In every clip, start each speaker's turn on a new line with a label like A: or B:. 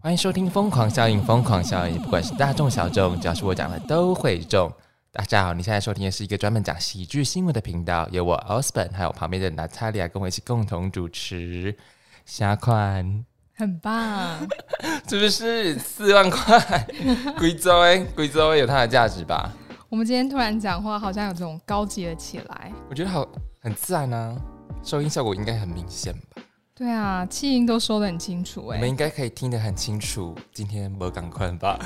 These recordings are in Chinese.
A: 欢迎收听《疯狂效应》，疯狂效应，不管是大众小众，只要是我讲的都会中。大家好，你现在收听的是一个专门讲喜剧新闻的频道，由我 Osborn 还有我旁边的娜塔莉亚跟我一起共同主持。虾款
B: 很棒，
A: 是不是四万块？贵州哎，贵州有它的价值吧？
B: 我们今天突然讲话，好像有这种高级了起来。
A: 我觉得好很自然啊，收音效果应该很明显吧？
B: 对啊，气音都说的很清楚、
A: 我
B: 欸，
A: 们应该可以听得很清楚。今天没赶快吧？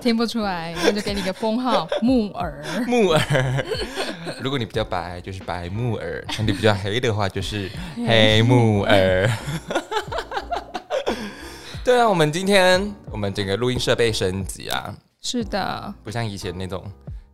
B: 听不出来，那就给你个封号木耳。
A: 木耳。 如果你比较白，就是白木耳；那你比较黑的话， 就是黑木耳。 对啊，我们今天我们整个录音设备升级啊，
B: 是的，
A: 不像以前那种，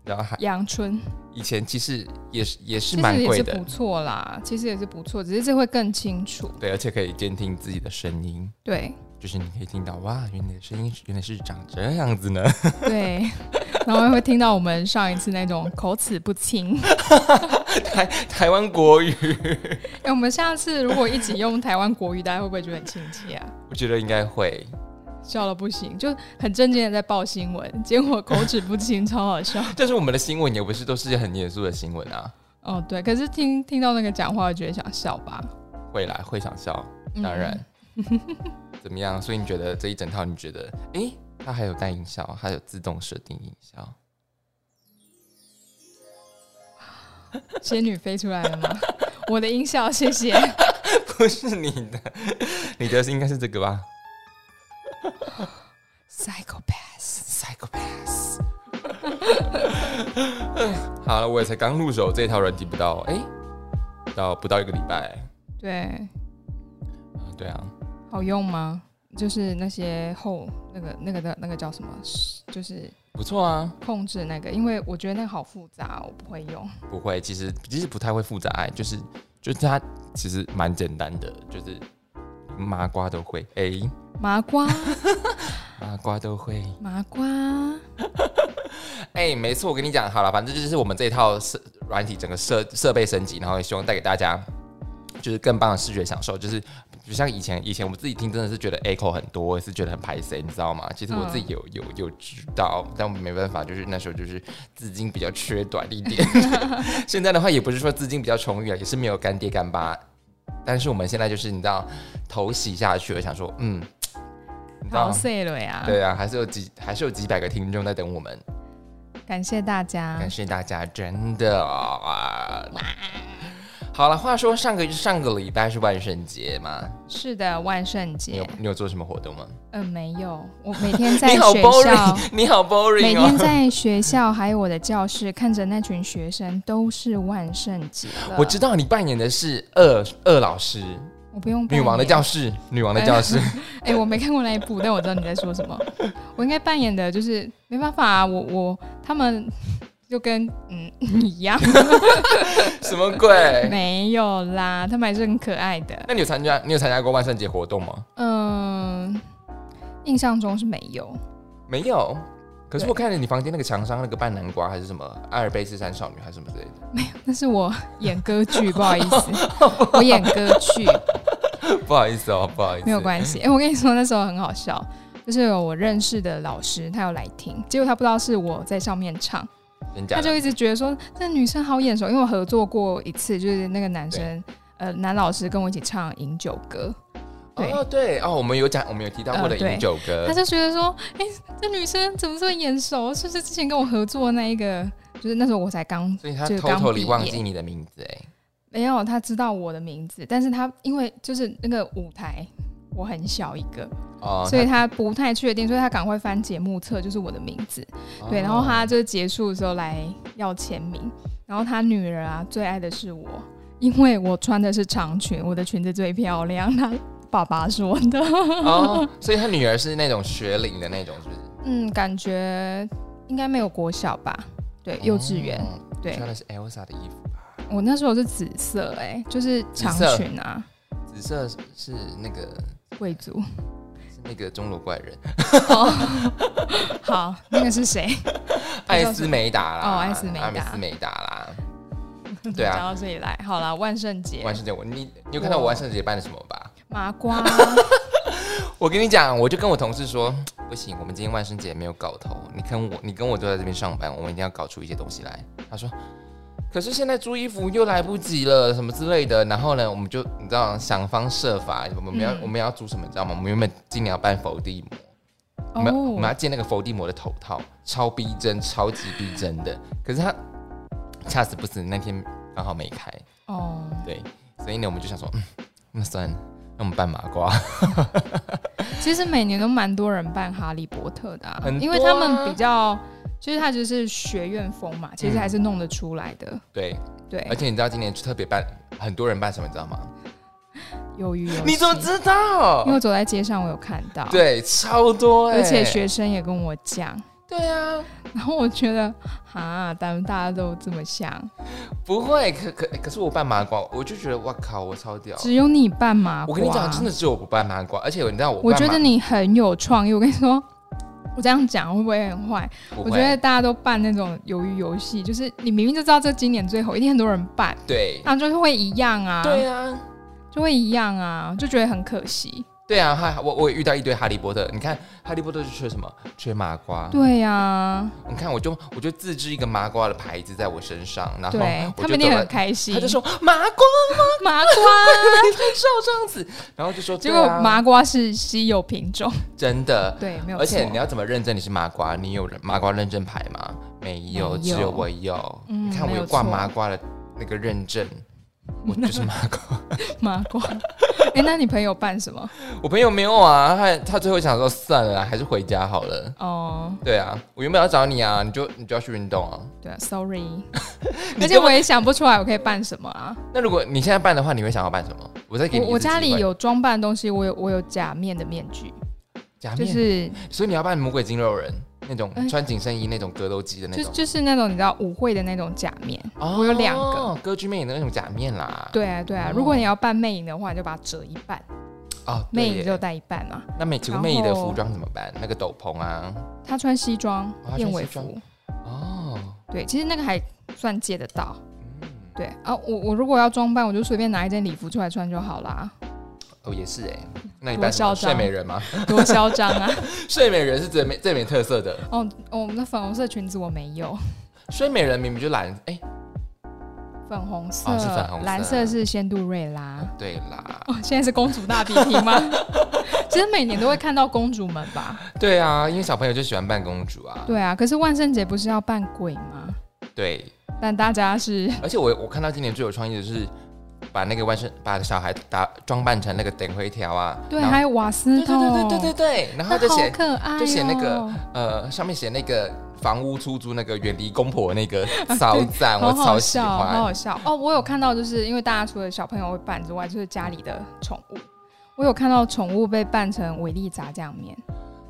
A: 然后还
B: 阳春
A: 以前其实也是也是
B: 其
A: 蛮
B: 实也
A: 贵
B: 是
A: 的
B: 不，错啦，其实也是不错，只是这会更清楚。
A: 对，而且可以监听自己的声音，
B: 对
A: 就是你可以听到哇，原来你的声音原来是长这样子呢。
B: 对，然后会听到我们上一次那种口齿不清。
A: 台台湾国语，
B: 哎、我们下次如果一起用台湾国语，大家会不会觉得很亲切啊？
A: 我觉得应该会。
B: 笑到不行，就很正经的在报新闻，结果口齿不清，超好笑。
A: 但是我们的新闻也不是都是很严肃的新闻啊，
B: 哦，对，可是听听到那个讲话，我觉得想笑 吧。
A: 会啦，会想笑。当然。怎么样？所以你觉得这一整套，你觉得，诶，它还有带音效，还有自动设定音效，
B: 嗯仙女飞出来了吗？我的音效，谢谢。
A: 不是你的，你的应该是这个吧
B: Psychopath，
A: ？Psychopath。好了，我也才刚入手这套软体不到，诶，到不到一个礼拜、
B: 对，
A: 啊对啊，
B: 好用吗？就是那些后那个那个的那个叫什么？是就是
A: 不错啊，
B: 控制那个，因为我觉得那个好复杂，我不会用。
A: 不会，其实其实不太会复杂、就是就是它其实蛮简单的，就是麻瓜都会，诶，
B: 麻瓜，
A: 麻瓜都会。
B: 麻瓜，
A: 哎、没错，我跟你讲好了，反正就是我们这一套设软体整个设设备升级，然后也希望带给大家就是更棒的视觉享受。就是就像以前以前我们自己听真的是觉得 echo 很多，也是觉得很排斥，你知道吗？其实我
B: 嗯
A: 自己有、有有知道，但我没办法，就是那时候就是资金比较缺短一 点。现在的话也不是说资金比较充裕啊，也是没有干爹干妈。但是我们现在就是你知道头洗下去了，想说嗯，你知道
B: 好碎了呀！
A: 对啊，还是有几还是有几百个听众在等我们。
B: 感谢大家
A: 感。谢大家，真的。好了，话说上个上个礼拜是万圣节嘛，
B: 是的，万圣
A: 你有
B: 节，
A: 你有做什么活动吗？
B: 嗯、没有，我每天在
A: 你好
B: 学校。
A: boring，你哦好 boring
B: 每
A: 哦。
B: 天在学校还有我的教室看着那群学生都是万圣节了
A: 我知道你扮演的是二二老师，
B: 我不用扮
A: 女
B: 演
A: 王的教室，女王的教 室。
B: 哎、我没看过那一部，但我知道你在说什么。 我应该扮演的就是没办法、啊，我我他们就跟嗯一样，
A: 什么鬼？
B: 没有啦，他们还是很可爱的。
A: 那你有参加你有参加过万圣节活动吗？
B: 嗯、印象中是没有。
A: 没有。可是
B: 对
A: 我看了你房间那个墙上那个扮南瓜还是什么阿尔卑斯山少女还是什么之类 的，
B: 那是我演歌剧，不好意 思，我演歌剧，
A: 不好意思哦，不好意思，
B: 没有关系。哎、我跟你说，那时候很好笑，就是有我认识的老师，他有来听，结果他不知道是我在上面唱，
A: 真假
B: 他
A: 的
B: 就一直觉得说这女生好眼熟，因为我合作过一次，就是那个男生，呃，男老师跟我一起唱饮酒歌，对
A: 哦对哦，我们有讲我们有提到过
B: 呃
A: 的
B: 对
A: 饮酒歌，
B: 他就觉得说，哎、这女生怎么这么眼熟？是不是之前跟我合作的那一个？就是那时候我才刚
A: 所以他
B: 就是
A: 偷
B: 刚
A: 偷地
B: 毕
A: 忘
B: 业
A: 记你的名字哎、
B: 没有，他知道我的名字，但是他因为就是那个舞台我很小一个，
A: 哦
B: 所以他不太确定，所以他赶快翻节目册，就是我的名字。
A: 他
B: 对，然后他
A: 哦
B: 就结束的时候来要签名，然后他女儿啊最爱的是我，因为我穿的是长裙，我的裙子最漂亮。他爸爸说的，
A: 哦，所以他女儿是那种学龄的那种，是不是？
B: 嗯，感觉应该没有国小吧？对，幼稚园。
A: 哦
B: 对
A: 穿的是 Elsa 的衣服吧？
B: 我那时候是紫色、哎，就是长
A: 紫色
B: 裙啊，
A: 紫色是是那个
B: 贵族。
A: 是那个钟楼怪人，
B: 好，那个是谁？
A: 艾斯梅达啦，
B: 哦艾斯梅达
A: 艾斯梅达 啦。对啊
B: 讲到这里来，好啦，万圣节
A: 万圣节我你你有看到我
B: 我
A: 万圣节扮的什么吧？
B: 麻瓜，
A: 我跟你讲，我就跟我同事说，不行，我们今天万圣节没有搞头，你跟我，你跟我都在这边上班，我们一定要搞出一些东西来。他说，可是现在租衣服又来不及了，什么之类的。然后呢，我们就你知道想方设法，我们要、
B: 嗯
A: 我们要租什么，你知道吗？我们原本今年要办伏地魔。我们、我们要建那个伏地魔的头套，超逼真，超级逼真的。可是他掐死不死，那天刚好没开，
B: 哦，
A: 对，所以呢，我们就想说，嗯，那算了，那我们办麻瓜。
B: 其实每年都蛮多人办哈利波特的、啊，
A: 很多啊
B: 因为他们比较，就是他就是学院风嘛，其实还是弄得出来的。
A: 对，嗯而
B: 对，
A: 且你知道今年特别办，很多人办什么，你知道吗？
B: 鱿鱼游戏
A: 你怎么？知道
B: 因为？我走在街上，我有看到。，
A: 对，超多、欸，
B: 而且学生也跟我讲，
A: 对啊，
B: 然后我觉得哈，咱们大家都这么像，
A: 不会，可可可是我办麻瓜，我就觉得哇靠，我超屌。
B: 只有你办麻
A: 啊
B: 瓜。
A: 我跟你讲，真的只有我不办麻瓜，而且你知道我
B: 我
A: 办麻，
B: 觉得你很有创意。我跟你说，我这样讲会不会很坏？
A: 不
B: 我
A: 会
B: 觉得大家都办那种鱿鱼游戏，就是你明明就知道这今年最后一定很多人办，
A: 对，
B: 然后就是会一样啊，
A: 对啊。
B: 就会一样啊，就觉得很可惜。
A: 对啊，哈，我我也遇到一堆哈利波特。你看哈利波特是缺什么？缺麻瓜。
B: 对呀、啊，
A: 你看，我就我就自制一个麻瓜的牌子在我身上，然后
B: 对
A: 啊我
B: 他
A: 就
B: 们一
A: 走
B: 定很
A: 了。
B: 开心。
A: 他就说麻瓜，
B: 麻瓜，
A: 这样子，然后就说
B: 结
A: 对
B: 果
A: 啊
B: 麻瓜是稀有品种，
A: 真的，
B: 对，没有
A: 啊
B: 错。
A: 而且你要怎么认证你是麻瓜？你有麻瓜认证牌吗？没有，
B: 没有
A: 只有我有。
B: 嗯
A: 你看我
B: 没有
A: 有
B: 错
A: 挂麻瓜的那个认证，我就是麻瓜。
B: 麻瓜，哎、那你朋友办什么？
A: 我朋友没有啊，他他最后想说算了啦，还是回家好了。
B: 哦、
A: 对啊，我原本要找你啊，你就你就要去运动啊。
B: 对啊 ，sorry，
A: 你
B: 而且
A: 根本
B: 我也想不出来我可以办什么啊。
A: 那如果你现在办的话，你会想要办什么？我再给你
B: 我
A: 一
B: 我
A: 次
B: 家
A: 机
B: 里
A: 会
B: 有装扮的东西，我有我有假面的面具，
A: 假
B: 就
A: 面，
B: 是
A: 所以你要扮魔鬼筋肉人那种
B: 哎
A: 穿紧身衣那种格斗机的那
B: 就
A: 种。
B: 就是那种你知道舞会的那种假面。
A: 哦
B: 我有两个，
A: 歌剧魅影的那种假面啦。
B: 对啊对啊，
A: 哦
B: 如果你要扮魅影的话，你就把它折一半，
A: 哦，对
B: 魅
A: 耶
B: 影就戴一半嘛。
A: 那美请问
B: 然
A: 魅影的
B: 后
A: 服装怎么办？那个斗篷啊。
B: 他穿西装
A: 哦他、穿
B: 燕尾
A: 西装
B: 服，
A: 哦，
B: 对，其实那个还算借得到。
A: 嗯，
B: 对啊，我我如果要装扮，我就随便拿一件礼服出来穿就好啦，
A: 哦也是哎。那你
B: 多
A: 扮什么
B: 嚣嗯张
A: 睡美人吗？
B: 多嚣张啊！
A: 睡美人是最没最没特色的。
B: 哦哦，那粉红色裙子我没有，
A: 睡美人明明就蓝，哎，
B: 粉红色，
A: 哦是粉红色嗯
B: 蓝色是仙杜瑞拉。
A: 对啦，
B: 哦，现在是公主大比拼吗？ 其实每年都会看到公主们吧？
A: 对啊，因为小朋友就喜欢扮公主啊。
B: 对啊，可是万圣节不是要扮鬼吗？
A: 对，
B: 但大家是
A: 而且我我看到今年最有创意的是把那个万圣把小孩打装扮成那个等回条啊，
B: 对，
A: 然后
B: 还有瓦斯
A: 对
B: 桶，
A: 对对对对对，然后就
B: 那好
A: 写
B: 可爱、哦，
A: 就写那个呃上面写那个房屋出租那个远离公婆那个 超赞，
B: 好
A: 我
B: 好
A: 超喜
B: 笑，好
A: 欢。
B: 好笑哦！我有看到，就是因为大家除了小朋友会扮之外，就是家里的宠物，我有看到宠物被扮成维力炸酱面，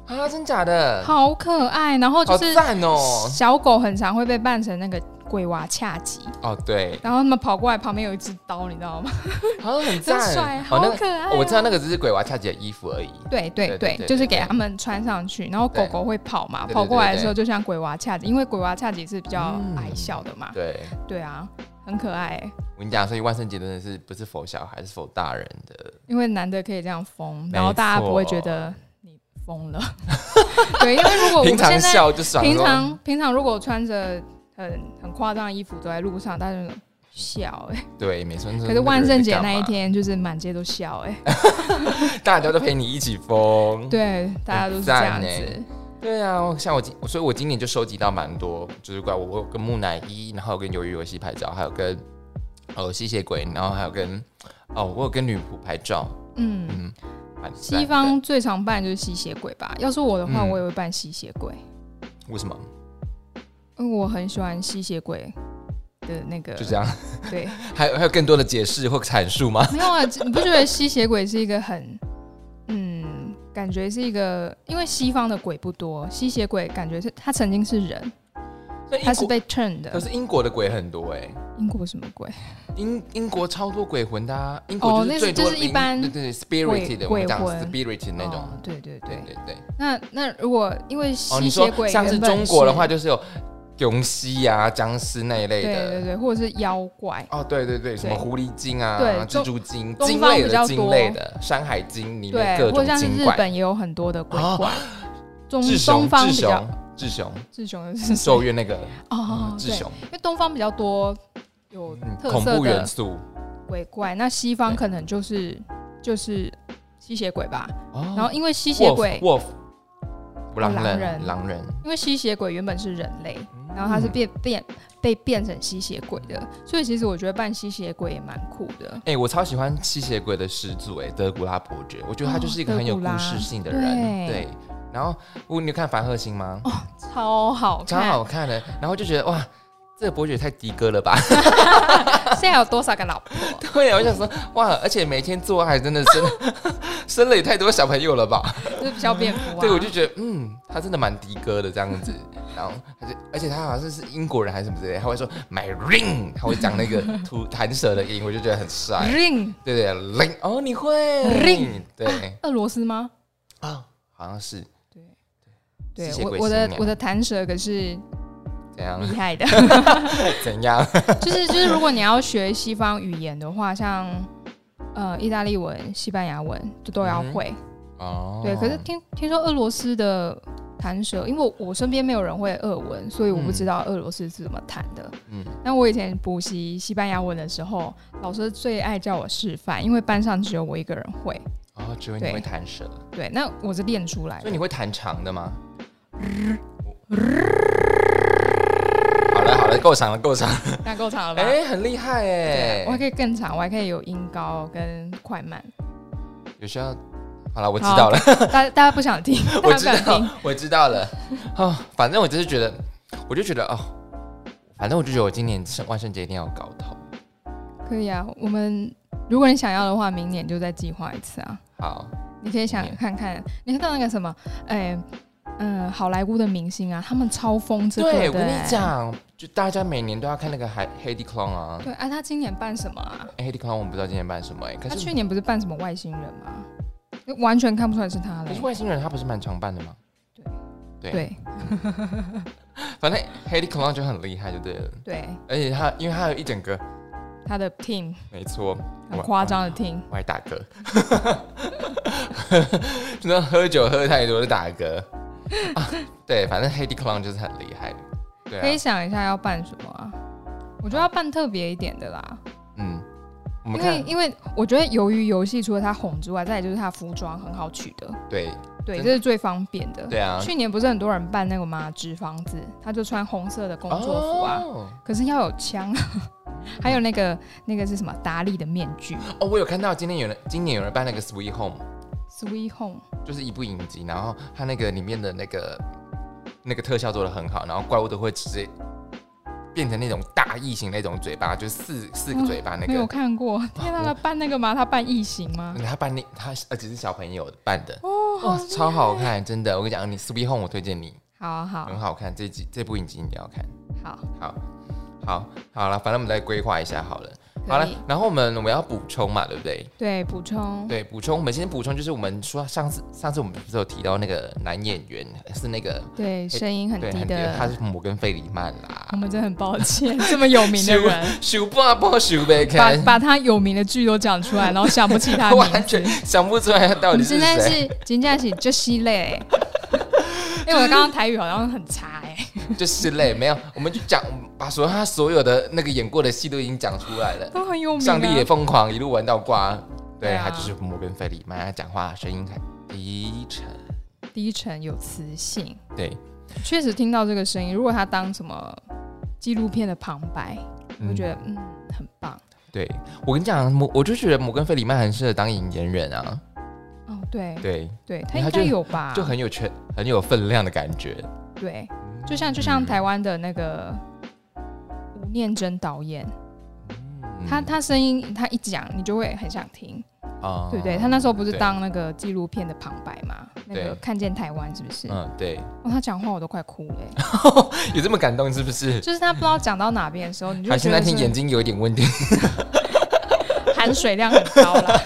A: 啊，真假的，
B: 好可爱。然后就
A: 好
B: 是
A: 赞哦！
B: 小狗很常会被扮成那个鬼娃恰吉，
A: 哦， 对，
B: 然后他们跑过来，旁边有一只刀，你知道吗？
A: 好像很
B: 真
A: 赞
B: 帅，，好
A: 哦，那个
B: 可爱哦、
A: 哦我知道那个只是鬼娃恰吉的衣服而已。
B: 对
A: 对
B: 对
A: 对
B: 对
A: 对，
B: 就是
A: 对
B: 给
A: 对
B: 他们穿上去，然后狗
A: 对
B: 狗会跑嘛，
A: 对对
B: 跑
A: 对
B: 过来的
A: 对
B: 时候就像鬼娃恰吉，因为鬼娃恰吉是比较
A: 嗯
B: 矮小的嘛，
A: 对，
B: 对啊，很可爱欸，
A: 我跟你讲，所以万圣节真的是不是否小孩，是否大人的。
B: 因为男的可以这样疯，
A: 没
B: 然后大家不会觉得你疯了， 对，因为如哦果我
A: 平
B: 们
A: 常
B: 现在
A: 笑就爽了。
B: 平常平常如果我穿着很很夸张的衣服走在路上，大家就笑哎，
A: 对，没错。
B: 可是万圣节那一，天就是满街都笑哎，
A: 大家都陪你一起疯。
B: 对，大家都是这样
A: 赞欸
B: 子，
A: 对啊，我像我今，所以我今年就收集到蛮多，就是怪我，我有跟木乃伊，然后有跟鱿鱼游戏拍照，还有跟哦吸血鬼，然后还有跟哦我有跟女仆拍照，
B: 嗯。
A: 嗯，蛮赞的
B: 西方最常办就是吸血鬼吧。要是我的话，
A: 嗯
B: 我也会办吸血鬼，
A: 为什么
B: 因为我很喜欢吸血鬼的那个。
A: 就这样？
B: 对，
A: 还有还有更多的解释或阐述吗？
B: 没有啊，你不觉得吸血鬼是一个很，嗯，感觉是一个，因为西方的鬼不多，吸血鬼感觉是他曾经是人，
A: 那英
B: 他是
A: 国
B: 被 turn
A: 可
B: 的。
A: 是英国的鬼很多哎、
B: 英国什么鬼？
A: 英英国超多鬼魂的、啊，英国
B: 哦
A: 就
B: 那
A: 是
B: 是
A: 最多
B: 就是一般
A: 对对 spirit 的，我
B: 鬼
A: 们讲
B: 鬼魂
A: spirit 的那种，
B: 哦对对
A: 对
B: 对。
A: 对对。
B: 那那如果因为
A: 哦，
B: 吸
A: 你
B: 血
A: 说
B: 鬼、
A: 像是中国的话，，就是有勇西啊、僵尸那一类
B: 对对
A: 的。
B: 对，或者是妖怪，
A: 哦，对对对，什么
B: 对
A: 狐狸精啊
B: 对、
A: 蜘蛛精、
B: 东
A: 精
B: 方
A: 类
B: 比
A: 的、
B: 较
A: 精
B: 多
A: 类的，《山海经》里面各
B: 对，或
A: 种
B: 者像是
A: 精
B: 日
A: 怪。
B: 本也有很多的鬼
A: 啊
B: 怪，中
A: 志
B: 东
A: 雄、
B: 方
A: 志
B: 比较
A: 雄、志雄、
B: 志雄的是谁
A: 咒怨那个
B: 哦
A: 嗯，志
B: 对，
A: 雄，
B: 因为东方比较多有
A: 嗯
B: 特
A: 恐
B: 色
A: 怖元
B: 的
A: 素。
B: 鬼怪，那西方
A: 对
B: 可能就是就是吸血鬼吧。
A: 然
B: 然后因为吸血鬼，
A: wolf，wolf
B: 狼
A: 哦狼人，
B: 人
A: 狼人，
B: 因为吸血鬼原本是人类，然后他是
A: 嗯
B: 变变被变成吸血鬼的，所以其实我觉得扮吸血鬼也蛮酷的。
A: 哎、我超喜欢吸血鬼的始祖哎、德古拉伯爵，我觉得他就是一个
B: 哦
A: 很有
B: 德
A: 故
B: 古拉
A: 事性的人。
B: 对
A: 对，然后我你有看《凡鹤星》吗？
B: 超好
A: 超
B: 看，
A: 好看的，然后就觉得哇，这个伯爵也太的哥了吧？
B: 现在有多少个 老婆？
A: 对，我想说哇，而且每天做爱真的生 生了也太多小朋友了吧？
B: 就是比较蝙蝠啊。
A: 对，我就觉得嗯，他真的蛮的哥的这样子。然后他就，而且他好像是英国人还是什么之类的，他会说 my ring，他会讲那个吐弹舌的音，我就觉得很帅。
B: Ring
A: 对对，ring 哦，你会
B: Ring
A: 对
B: 俄罗斯吗？
A: 啊，好像是
B: 对
A: 吸血
B: 我
A: 鬼
B: 我
A: 新
B: 的
A: 娘
B: 我的弹舌可是
A: 怎 样
B: 厉害的，
A: 怎样，
B: 就是就是如果你要学西方语言的话，像呃意大利文、西班牙文就都要
A: 嗯
B: 会。
A: 哦，
B: 对，可是听听说俄罗斯的弹舌，因为我我身边没有人会俄文，所以我不知道俄罗斯是怎么弹的。
A: 嗯，
B: 但我以前补习西班牙文的时候，老师最爱叫我示范，因为班上只有我一个人会。
A: 哦，只有你
B: 对
A: 会弹舌，
B: 对，那我是练出来
A: 所
B: 的
A: 以你。会弹长的吗？好了好了，够长了够长了，
B: 那够长了吧？啊
A: 哎，很厉害哎
B: 我还，可以更长，我还可以有音高跟快慢。
A: 有需要。好了，我知道 了，
B: 大大家不想听，
A: 我
B: 大
A: 知
B: 家不想
A: 道
B: 听。，
A: 我知道了。哦，反正我就是觉得，我就觉得哦，反正我就觉得我今年圣万圣节一定要有搞头。
B: 可以啊，我们如果你想要的话，明年就再计划一次啊。
A: 好，
B: 你可以
A: 嗯
B: 想看看，你看到那个什么，哎、嗯、好莱坞的明星啊，他们超疯这个的、
A: 对我跟
B: 哎
A: 你，讲，就大家每年都要看那个海黑地 clown 啊，
B: 对，啊，他今年办什么啊？
A: 哎黑地 clown 我不知道今年办什么哎，可
B: 他
A: 是
B: 去年不是办什么外星人吗？完全看不出来是他
A: 可
B: 嘞
A: 是。外星人他不是蛮常办的吗？对
B: 对
A: 反正 Hedy Clown 就很厉害，就对了。
B: 对，
A: 而且他，因为他有一整个，
B: 他的 team
A: 没错，
B: 很夸张的 team，
A: 我还打嗝， 真的喝酒喝太多就打嗝、啊。对，反正 Hedy Clown 就是很厉害的。对
B: 可以
A: 啊，
B: 想一下要办什么啊？我觉得要办特别一点的啦，
A: 嗯，我们
B: 因为
A: 看，
B: 因为我觉得由于游戏除了它红之外，再来就是它服装很好取得，
A: 对
B: 对，
A: 真
B: 这是最方便的。
A: 对啊，
B: 去年不是很多人办那个吗？纸房子，他就穿红色的工作服啊，
A: 哦。
B: 可是要有枪， 还有那个那个是什么达利的面具
A: 哦，我有看到今天有人，今年有人办那个 Sweet Home，
B: ，Sweet Home，
A: 就是一部影集，然后它那个里面的那个那个特效做的很好，然后怪物都会直接变成那种大异形那种嘴巴，就四四个嘴巴那
B: 没
A: 个。
B: 有看过。天啊，
A: 我
B: 他扮那个吗？他扮异形吗？
A: 嗯他扮那他呃只是小朋友扮的，
B: 哦，好
A: 哇，超好看，真的！我跟你讲，你《Sweet Home》我推荐你，
B: 好
A: 很
B: 好
A: 好看，这集这部影集你要看。
B: 好，
A: 嗯好，好，好了，反正我们再规划一下好了。好
B: 可
A: 了
B: 以，
A: 然后我们我们要补充嘛，对不对？
B: 对，补充
A: 对，补充，我们先补充就是我们说上次上次我们不是有提到那个男演员是那个
B: 对声音很
A: 对
B: 低
A: 很低的，他
B: 的，嗯
A: 是摩根费里曼啦
B: 我。们真的很抱歉， 这么有名 的人。
A: 数半波数被
B: 把
A: 看，
B: 把他有名的剧都讲出来，然后想不起他的名
A: 完全
B: 字。
A: 想不出来他到
B: 我
A: 底
B: 们
A: 是
B: 现在
A: 谁，
B: 是金佳喜就系 列，哎，我刚刚台语好像很差哎。
A: 就是累，没有，我们就讲把所有他所有的那个演过的戏都已经讲出来了。
B: 都很有名、啊。
A: 上帝也疯狂，一路玩到挂。对，
B: 对啊
A: 他就是摩根费里曼，他讲话声音很低沉。
B: 低沉有磁性，
A: 对，
B: 确实听到这个声音。如果他当什么纪录片的旁白，我
A: 嗯
B: 觉得嗯很棒。
A: 对我跟你讲，摩我就觉得摩根费里曼很适合当影言人啊。
B: 哦，对
A: 对，
B: 对，
A: 因
B: 他
A: 为他
B: 应
A: 就
B: 该有吧？
A: 就很嗯有权，很有分量的感觉。
B: 对，就像就像台湾的那个吴念真导演，
A: 嗯
B: 他他声音他一讲你就会很想听，
A: 啊
B: 对不对？他那时候不是
A: 对
B: 当那个纪录片的旁白嘛？那
A: 对
B: 个看见台湾是不是？
A: 嗯，对，
B: 哦，他讲话我都快哭了欸、
A: 有这么感动是不是？
B: 就是他不知道讲到哪边的时候，你就
A: 还是
B: 觉
A: 那
B: 得
A: 天眼
B: 是
A: 睛有一点问题，
B: 含水量很高啦。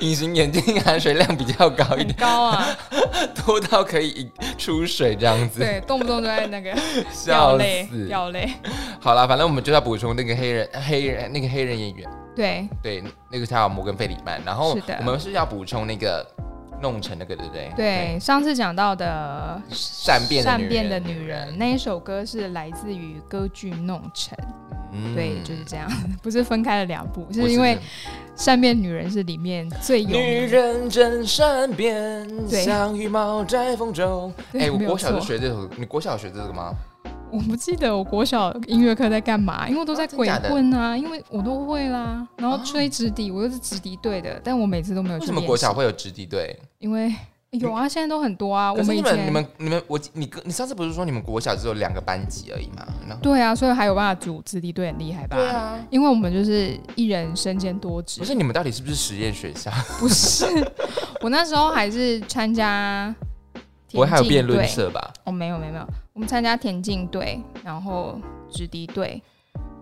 A: 隐形眼镜含水量比较高一
B: 很
A: 点，
B: 高啊，
A: 多到可以一出水这样子，
B: 对，动不动就在 那个掉
A: 笑
B: 泪
A: 死。
B: 掉泪，
A: 好啦，反正我们就要补充那个黑人黑人那个黑人演员，
B: 对，
A: 对，那个他叫摩根费里曼，然后
B: 是的
A: 我们是要补充那个弄成那个对不对？
B: 对，上次讲到的
A: 善变的女
B: 善
A: 人
B: 变的女人那一首歌是来自于歌剧《弄臣》，
A: 嗯
B: 对，就是这样， 不是分开了两部，
A: 不
B: 是
A: 是
B: 因为善变女人是里面最有
A: 女
B: 名的，
A: 人真善变，
B: 对
A: 像羽毛在风中。
B: 对
A: 哎、我
B: 没有
A: 国小就
B: 错
A: 学这首，你国小有学这个吗？
B: 我不记得我国小音乐课在干嘛，因为我都在
A: 啊真
B: 鬼
A: 假的
B: 混啊，因为我都会啦。然后
A: 啊
B: 吹直笛，我又是直笛队的，但我每次都没有
A: 为
B: 去
A: 什
B: 练
A: 么
B: 习。
A: 国小会有直笛队？
B: 因为有啊，现在都很多啊。我
A: 可是
B: 以
A: 你
B: 前
A: 们、你们、你们，我你哥，你上次不是说你们国小只有两个班级而已吗？然后
B: 对啊，所以还有办法组直笛队，很厉害吧？
A: 对啊，
B: 因为我们就是一人身兼多职
A: 不，是你们到底是不是实验学校？
B: 不是？ 我那时候还是参加田
A: 不会还有
B: 径
A: 辩论
B: 队
A: 社吧？
B: 哦，没有没有没有，我们参加田径队，然后直笛队、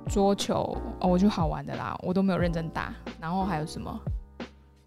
B: 桌球，哦，我就好玩的啦，我都没有认真打。然后还有什么？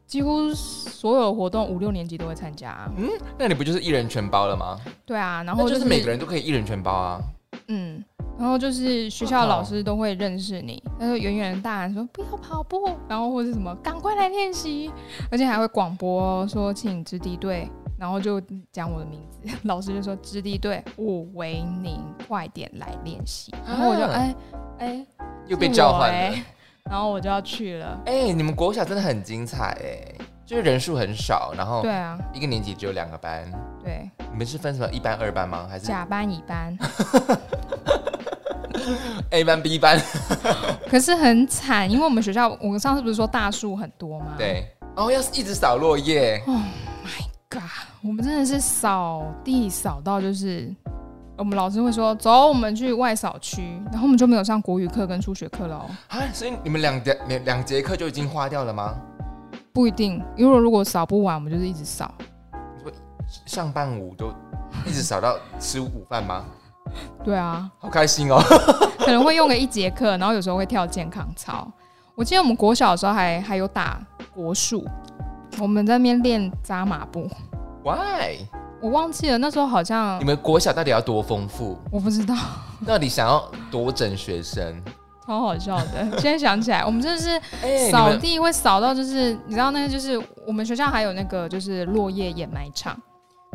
B: 几乎所有活动五六年级都会参加啊、
A: 那你不就是一人全包了吗？
B: 对啊，然
A: 那
B: 后
A: 就是是每个人都可以一人全包啊。
B: 嗯，然后就是学校的
A: 哇靠
B: 老师都会认识你，他就远远的大喊说不要跑步，然后或者什么赶快来练习，而且还会广播说请直敌队，然后就讲我的名字， 老师就说直敌队我为您，快点来练习，然后我就
A: 啊
B: 哎哎
A: 又被召唤了。
B: 是我
A: 哎
B: 欸、然后我 就要去了，
A: 你们国小真的很精彩哎、就是人数很少，然后
B: 对啊
A: 一个年级只有两个班。
B: 对，
A: 你们是分什么一班、二班吗？还是
B: 甲班乙班，
A: A 班、B 班？
B: 可是很惨，因为我们学校我们上次不是说大树很多吗？。
A: 对，哦，要一直扫落叶，
B: 嘎，我们真的是扫地扫到就是，我们老师会说走，我们去外扫区，然后我们就没有上国语课跟数学课了哦。
A: 啊，所以你们两节两两节课就已经花掉了吗？
B: 不一定，因为如果扫不完，我们就是一直扫。
A: 上半午都一直扫到吃午饭吗？
B: 对啊，
A: 好开心哦！
B: 可能会用个一节课，然后有时候会跳健康操。我记得我们国小的时候还还有打国术，我们在那边练扎马步，
A: Why？
B: 我忘记了那时候好像
A: 你们国小到底要多丰富？
B: 我不知道，
A: 到底想要多整学生？
B: 超好笑的。现在想起来，我们真的是
A: 哎你
B: 扫
A: 们
B: 地会扫到，就是你知道那个，就是我们学校还有那个就是落叶掩埋场，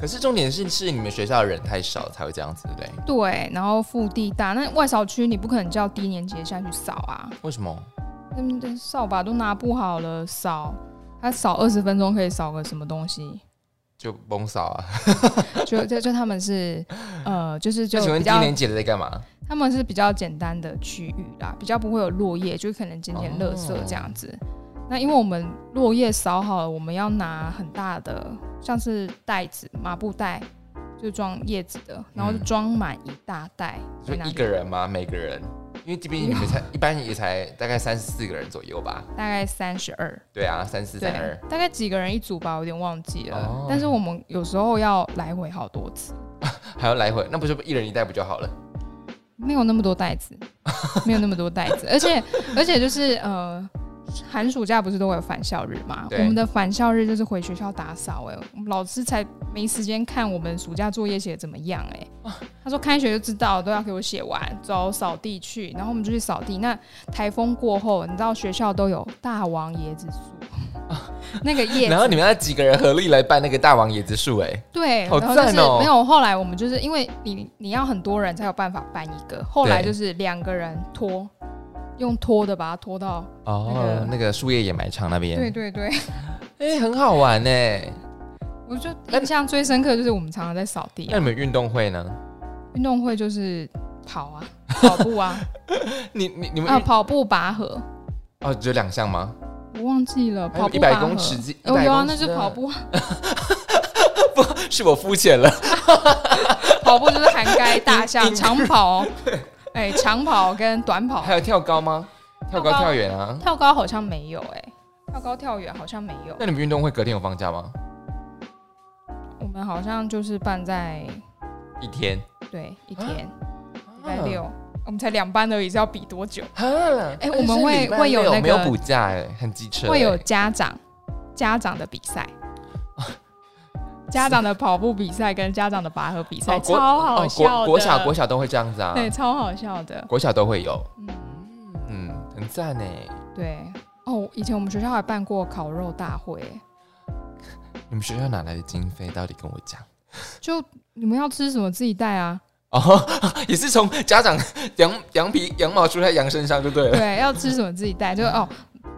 A: 可是重点是是你们学校的人太少才会这样子，对不对？
B: 对，然后腹地大，那外扫区你不可能叫低年级的下去扫啊，
A: 为什么？
B: 那么的扫把都拿不好了，扫他扫二十分钟可以扫个什么东西？
A: 就崩扫啊！
B: 就就就他们是呃，就是 就
A: 那请问
B: 比
A: 低
B: 较
A: 年级的在干嘛？
B: 他们是比较简单的区域啦，比较不会有落叶，就可能捡捡垃圾这样子。
A: 哦
B: 那因为我们落叶扫好了，我们要拿很大的，像是袋子、麻布袋，就装叶子的，然后就装满一大袋。
A: 就
B: 在那
A: 一
B: 里
A: 个人吗？每个人？因为这边你们才一般也才大概三四个人左右吧？
B: 大概三十二，
A: 对啊，三四
B: 对
A: 三二。，
B: 大概几个人一组吧，我有点忘记了。
A: 哦
B: 但是我们有时候要来回好多次，
A: 还要来回，那不是一人一袋不就好了？
B: 没有那么多 袋子，没有那么多袋子，而且而且就是呃，寒暑假不是都会有返校日嘛？我
A: 对
B: 们的返校日就是回学校打扫、哎，我们老师才没时间看我们暑假作业写得怎么样、哎，他说开学就知道都要给我写完，走扫地去，然后我们就去扫地。那台风过后，你知道学校都有大王椰子树， 那个叶
A: 然后
B: 子，
A: 你们那几个人合力来办那个大王椰子树，哎，
B: 对，
A: 好
B: 然后就是
A: 赞哦
B: 没有。后来我们就是因为你你要很多人才有办法搬一个，后来就是两个人拖，用拖的把它拖到。那
A: 哦
B: 个，
A: 那个树叶掩埋场那
B: 对
A: 边，
B: 对对，
A: 哎，很好玩呢。
B: 我就印象最深刻就是我们常常在扫地
A: 那
B: 啊，
A: 你们运动会呢？
B: 运动会就是跑啊，跑 步啊，
A: 你你你们
B: 啊
A: 运
B: 跑步拔河，
A: 哦，只有两项吗？
B: 我忘记了
A: 还有
B: 跑步
A: 100
B: 拔河
A: 公尺之
B: 哦
A: 100
B: 有啊，
A: 公尺
B: 那就
A: 的
B: 跑步啊，
A: 是我肤浅了，
B: 跑步就是涵盖大
A: 硬
B: 项
A: 硬
B: 长跑，哎长跑跟短跑
A: 哦还，有跳高吗？跳高
B: 跳高
A: 跳远啊？
B: 跳高好像没有哎，跳高跳远好像没有。
A: 那你们运动会隔天有放假吗？
B: 我们好像就是办在
A: 一天，
B: 对一天，
A: 啊
B: 礼拜六，我们才两班而已，是要比多久？
A: 啊。哈
B: 哎我们会
A: 但是礼拜
B: 会有
A: 六
B: 那个
A: 没有补假哎，很机车。
B: 会有
A: 哎
B: 家长家长的比 赛。家长的跑步比赛跟家长的拔河比赛、
A: 哦国
B: 超好
A: 哦，
B: 笑
A: 国
B: 的，
A: 国小国小都会这样子啊，
B: 对，超好笑的，
A: 国小都会有，
B: 嗯，
A: 嗯，很赞呢。
B: 对，哦，以前我们学校还办过烤肉大会，
A: 你们学校哪来的经费？到底跟我讲
B: 就你们要吃什么自己 带啊，
A: 哦， 也是从家长羊羊皮羊毛出在羊身上就对了。
B: 对，要吃什么自己带，就哦。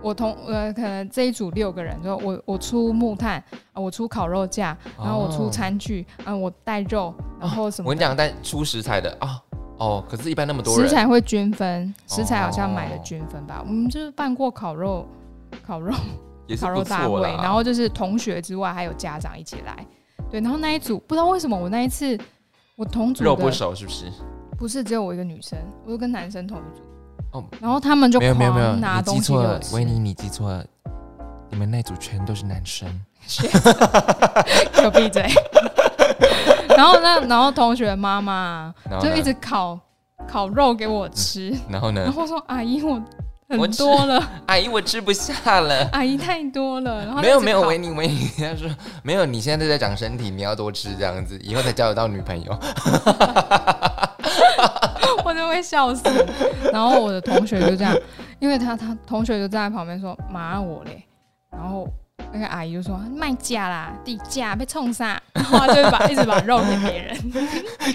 B: 我同呃，可能这一组六个人，就我我出木炭、啊我出烤肉架，然后我出
A: 哦
B: 餐具，嗯、我带肉，然后什
A: 我跟
B: 么
A: 你
B: 的、
A: 讲，但出食材的啊、哦，可是一般那么多
B: 食
A: 人，
B: 材会均分，食材好像
A: 哦
B: 买了均分吧。我们就是办过烤肉，烤肉
A: 也是
B: 烤肉
A: 不
B: 大
A: 错
B: 会，
A: 啦。
B: 然后就是同学之外还有家长一起来，对，然后那一组不知道为什么我那一次我同组
A: 肉不
B: 的
A: 熟是不是？
B: 不是只有我一个女生，我都跟男生同一
A: 哦
B: 组，然后他们就
A: 没有没有没有，
B: 狂拿
A: 你
B: 东
A: 记
B: 西给
A: 错
B: 我
A: 了，
B: 吃
A: 维尼，你记错了，你们那组全都是男生。
B: 给我闭嘴。 然后那然后同学妈妈
A: 然后
B: 就
A: 呢
B: 一直烤烤肉给我吃，
A: 然后
B: 然
A: 呢？
B: 后说阿姨我
A: 嗯我
B: 很
A: 吃
B: 多了，
A: 阿姨，我吃不下了。
B: 阿姨太多了。然后
A: 没有
B: 一直
A: 没有，
B: 烤
A: 维尼维尼，他说没有，你现在都在长身体，你要多吃这样子，以后才交得到女朋友。
B: 我真的会笑死。然后我的同学就这样，因为他他同学就站在旁边说骂我嘞，然后那个阿姨就说卖价啦，地价被冲杀，然后他就会把 一直把肉给别人。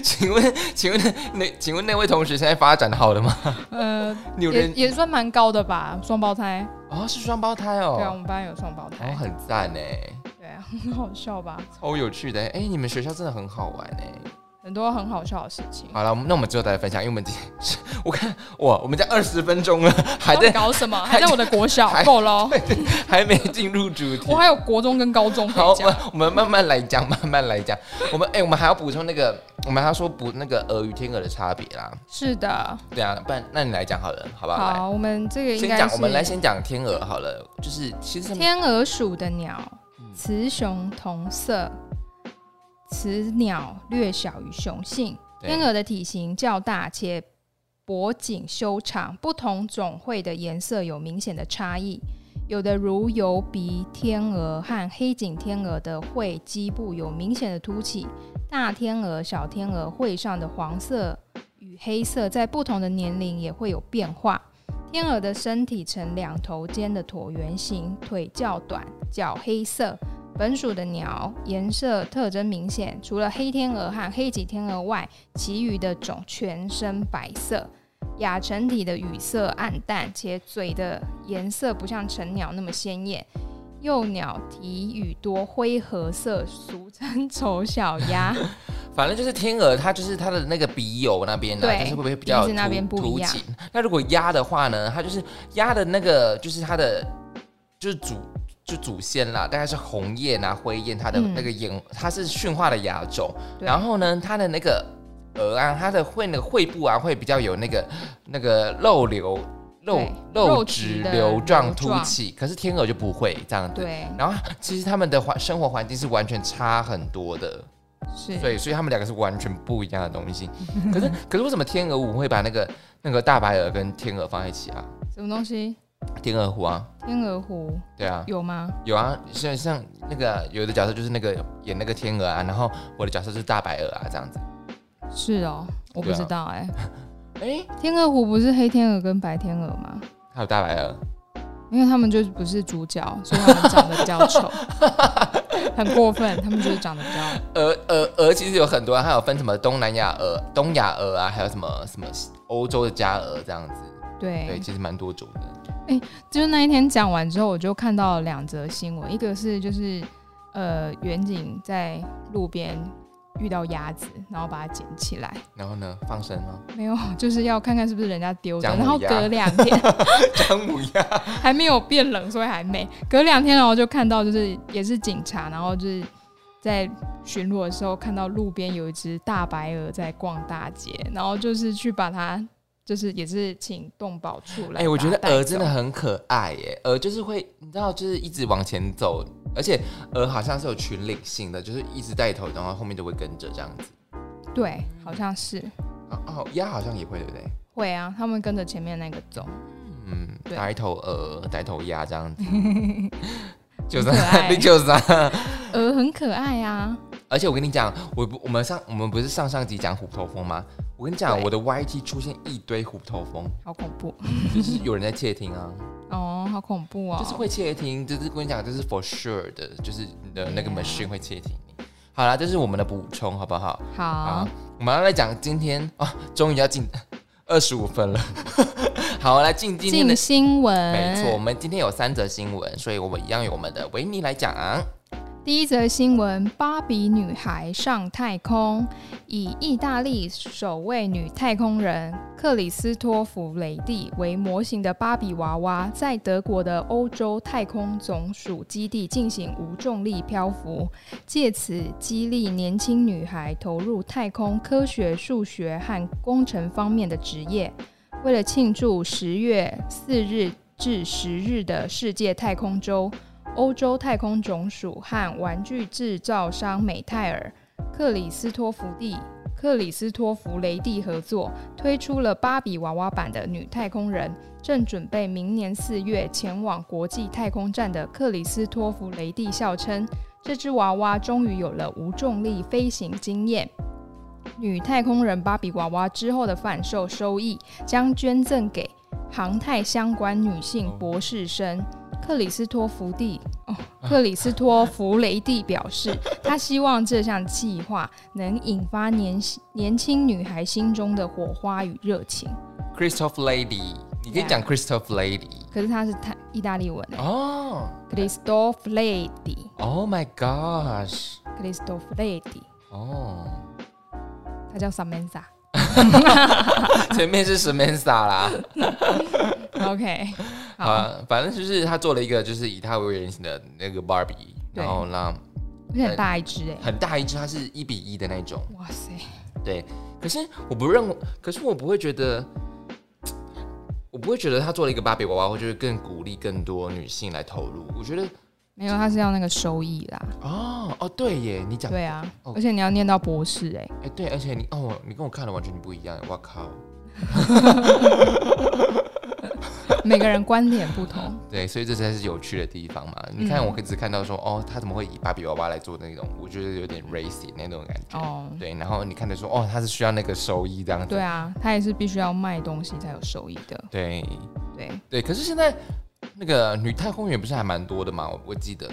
A: 请问请问那请问那位同学现在发展的好了吗？
B: 呃，
A: 你有
B: 也
A: 人
B: 也算蛮高的吧，双胞胎。
A: 哦是双胞胎
B: 对啊，我
A: 哦，
B: 们班有双胞胎
A: 哦，很赞呢，
B: 对啊， 很好笑吧？
A: 超有趣的哎，你们学校真的很好玩哎。
B: 很多很好笑的事情。
A: 好了，我们那我们之后再来分享，因为我们今天我看哇，我们才二十分钟了，还在
B: 到底搞什么？还在我的国小
A: 还
B: 够喽，
A: 还没进入主题
B: 我。还有国中跟高中 可
A: 好，
B: 以
A: 我
B: 讲
A: 们。我们慢慢来讲，慢慢来讲。 我们哎、我们还要补充那个，我们还要说补那个鹅与天鹅的差别啦。
B: 是的，
A: 对啊，不然那你来讲好了，好不好？
B: 好，我们这个
A: 来，
B: 应
A: 先
B: 该
A: 讲，
B: 是
A: 我们来先讲天鹅好了，就是其实
B: 天鹅属的鸟，雌雄同色，雌鸟略小于雄性。
A: 对
B: 天鹅的体型较大且脖颈修长，不同种会的颜色有明显的差异。有的如油鼻天鹅和黑颈天鹅的喙基部有明显的凸起，大天鹅、小天鹅喙上的黄色与黑色在不同的年龄也会有变化。天鹅的身体呈两头尖的椭圆形，腿较短，脚黑色。本属的鸟颜色特征明显，除了黑天鹅和黑脊天鹅外，其余的种全身白色。亚成体的羽色暗淡，且嘴的颜色不像成鸟那么鲜艳。幼鸟体羽多灰褐色，俗称丑小 鸭。
A: 反正就是天鹅，它就是它的那个鼻友那边呢、啊就
B: 对
A: 是会不会比较
B: 鼻子那边
A: 凸
B: 不一样
A: 凸起那如果鸭的话呢，它就是鸭的那个，就是它的就是祖就祖先啦，大概是红雁啊、灰雁，它的
B: 嗯
A: 那个眼、它是驯化的亚种。
B: 对
A: 然后呢，它的那个鹅啊，它的会那个喙部啊，会比较有那个那个肉瘤。肉
B: 对
A: 肉
B: 肉
A: 质
B: 质的
A: 瘤状
B: 瘤
A: 凸
B: 状
A: 起，可是天鹅就不会这样子。
B: 对，
A: 然后其实它们的环生活环境是完全差很多的。
B: 是。
A: 对，所以他们两个是完全不一样的东 西。可是，可是为什么天鹅湖会把那个那个大白鹅跟天鹅放在一起啊？
B: 什么东西？
A: 天鹅湖啊，
B: 天鹅湖
A: 对啊，
B: 有吗？
A: 有啊，像像那个有的角色就是那个演那个天鹅啊，然后我的角色就是大白鹅啊，这样子。
B: 是哦，我不
A: 对啊
B: 知道哎、
A: 哎，
B: 天鹅湖不是黑天鹅跟白天鹅吗？
A: 还有大白鹅，
B: 因为他们就是不是主角，所以他们长得比较 丑，很过分。他们就是长得比较
A: 鹅鹅鹅其实有很多、啊，还有分什么东南亚鹅、东亚鹅啊，还有什么什么欧洲的家鹅这样子。对，
B: 对，
A: 其实蛮多种的。
B: 就是那一天讲完之后，我就看到两则新闻，一个是就是呃远景在路边遇到鸭子，然后把它捡起来，
A: 然后呢，放生哦 吗？
B: 没有，就是要看看是不是人家丢的，
A: 姜母
B: 然后
A: 鸭
B: 隔两天哦
A: 姜母鸭。
B: 还没有变冷，所以还没。隔两天，然后就看到就是也是警察，然后就是在巡逻的时候哦看到路边有一只大白鹅在逛大街，然后就是去把它，就是也是请动保处来把它带
A: 哎、
B: 走。
A: 我觉得鹅真的很可爱耶，鹅就是会，你知道，就是一直往前走，而且鹅好像是有群领性的，就是一直带头，然后后面就会跟着这样子。
B: 对，好像是
A: 哦哦，鸭好像也会，对不对？
B: 会啊，他们跟着前面那个走。
A: 嗯，
B: 对
A: 带头鹅，带头鸭这样子。就
B: 很可
A: 三，
B: 爱
A: 就三。
B: 鹅呃很可爱啊，
A: 而且我跟你讲，我不，我们上我们不是上上集讲虎头蜂吗？我跟你讲，
B: 对
A: 我的 YT 出现一堆虎头蜂，
B: 好恐怖
A: 就是有人在窃听啊，
B: 哦，好恐怖哦，
A: 就是会窃听，就是跟你讲，这是 for sure 的，就是你的那个
B: Yeah
A: machine 会窃听你。好啦，这是我们的补充，好不好？
B: 好
A: 好，，我们要来讲今天啊，终于要进二十五分了。 好，来进今天的
B: 进新闻，
A: 没错，我们今天有三则新闻，所以我们一样有我们的维尼来讲。
B: 第一则新闻：芭比女孩上太空，以意大利首位女太空人克里斯托弗雷蒂为模型的芭比娃娃，在德国的欧洲太空总署基地进行无重力漂浮，借此激励年轻女孩投入太空科学、数学和工程方面的职业。为了庆祝十月四日至十日的世界太空周，欧洲太空总署和玩具制造商美泰尔、克里斯托弗蒂、克里斯托弗雷蒂合作推出了芭比娃娃版的女太空人，正准备明年四月前往国际太空站的克里斯托弗雷蒂笑称，这只娃娃终于有了无重力飞行经验。女太空人芭比娃娃之后的贩售收益将捐赠给航太相关女性博士生。克里斯托弗蒂哦，克里斯托弗雷蒂表示，他希望这项计划能引发年年轻女孩心中的火花与热情。
A: Christopher Lady，你可以讲 Christopher Lady
B: 可是他是他意大利文
A: 哦。
B: c r i s t o f Lady，
A: Oh my gosh，
B: c r i s t o f Lady，
A: 哦，
B: 他叫 Samantha。
A: 前面是 Samantha 啦，
B: OK，好，
A: 啊，反正就是他做了一个就是以他为原型的那个 Barbie，
B: 对
A: 然后让
B: 而且很大一只哎、
A: 很大一只，它是一比一的那种，
B: 哇塞，
A: 对。可是我不认为，可是我不会觉得。我不会觉得他做了一个芭比娃娃，会就是更鼓励更多女性来投入。我觉得，
B: 没有，他是要那个收益啦。
A: 哦哦，对耶，你讲
B: 对啊，
A: 哦
B: 而且你要念到博士哎、
A: 哎、对，而且你哦，你跟我看的完全不一样，我靠！
B: 每个人观点不同。
A: 对，所以这才是有趣的地方嘛。你
B: 嗯
A: 看，我可以只看到说，哦，他怎么会以芭比娃娃来做那种，我觉得有点 racy 那种感觉。
B: 哦，
A: 对，然后你看的说，哦，他是需要那个收益这样子。
B: 对啊，他也是必须要卖东西才有收益的。
A: 对
B: 对，
A: 对，可是现在那个女太空员不是还蛮多的嘛？我我记得。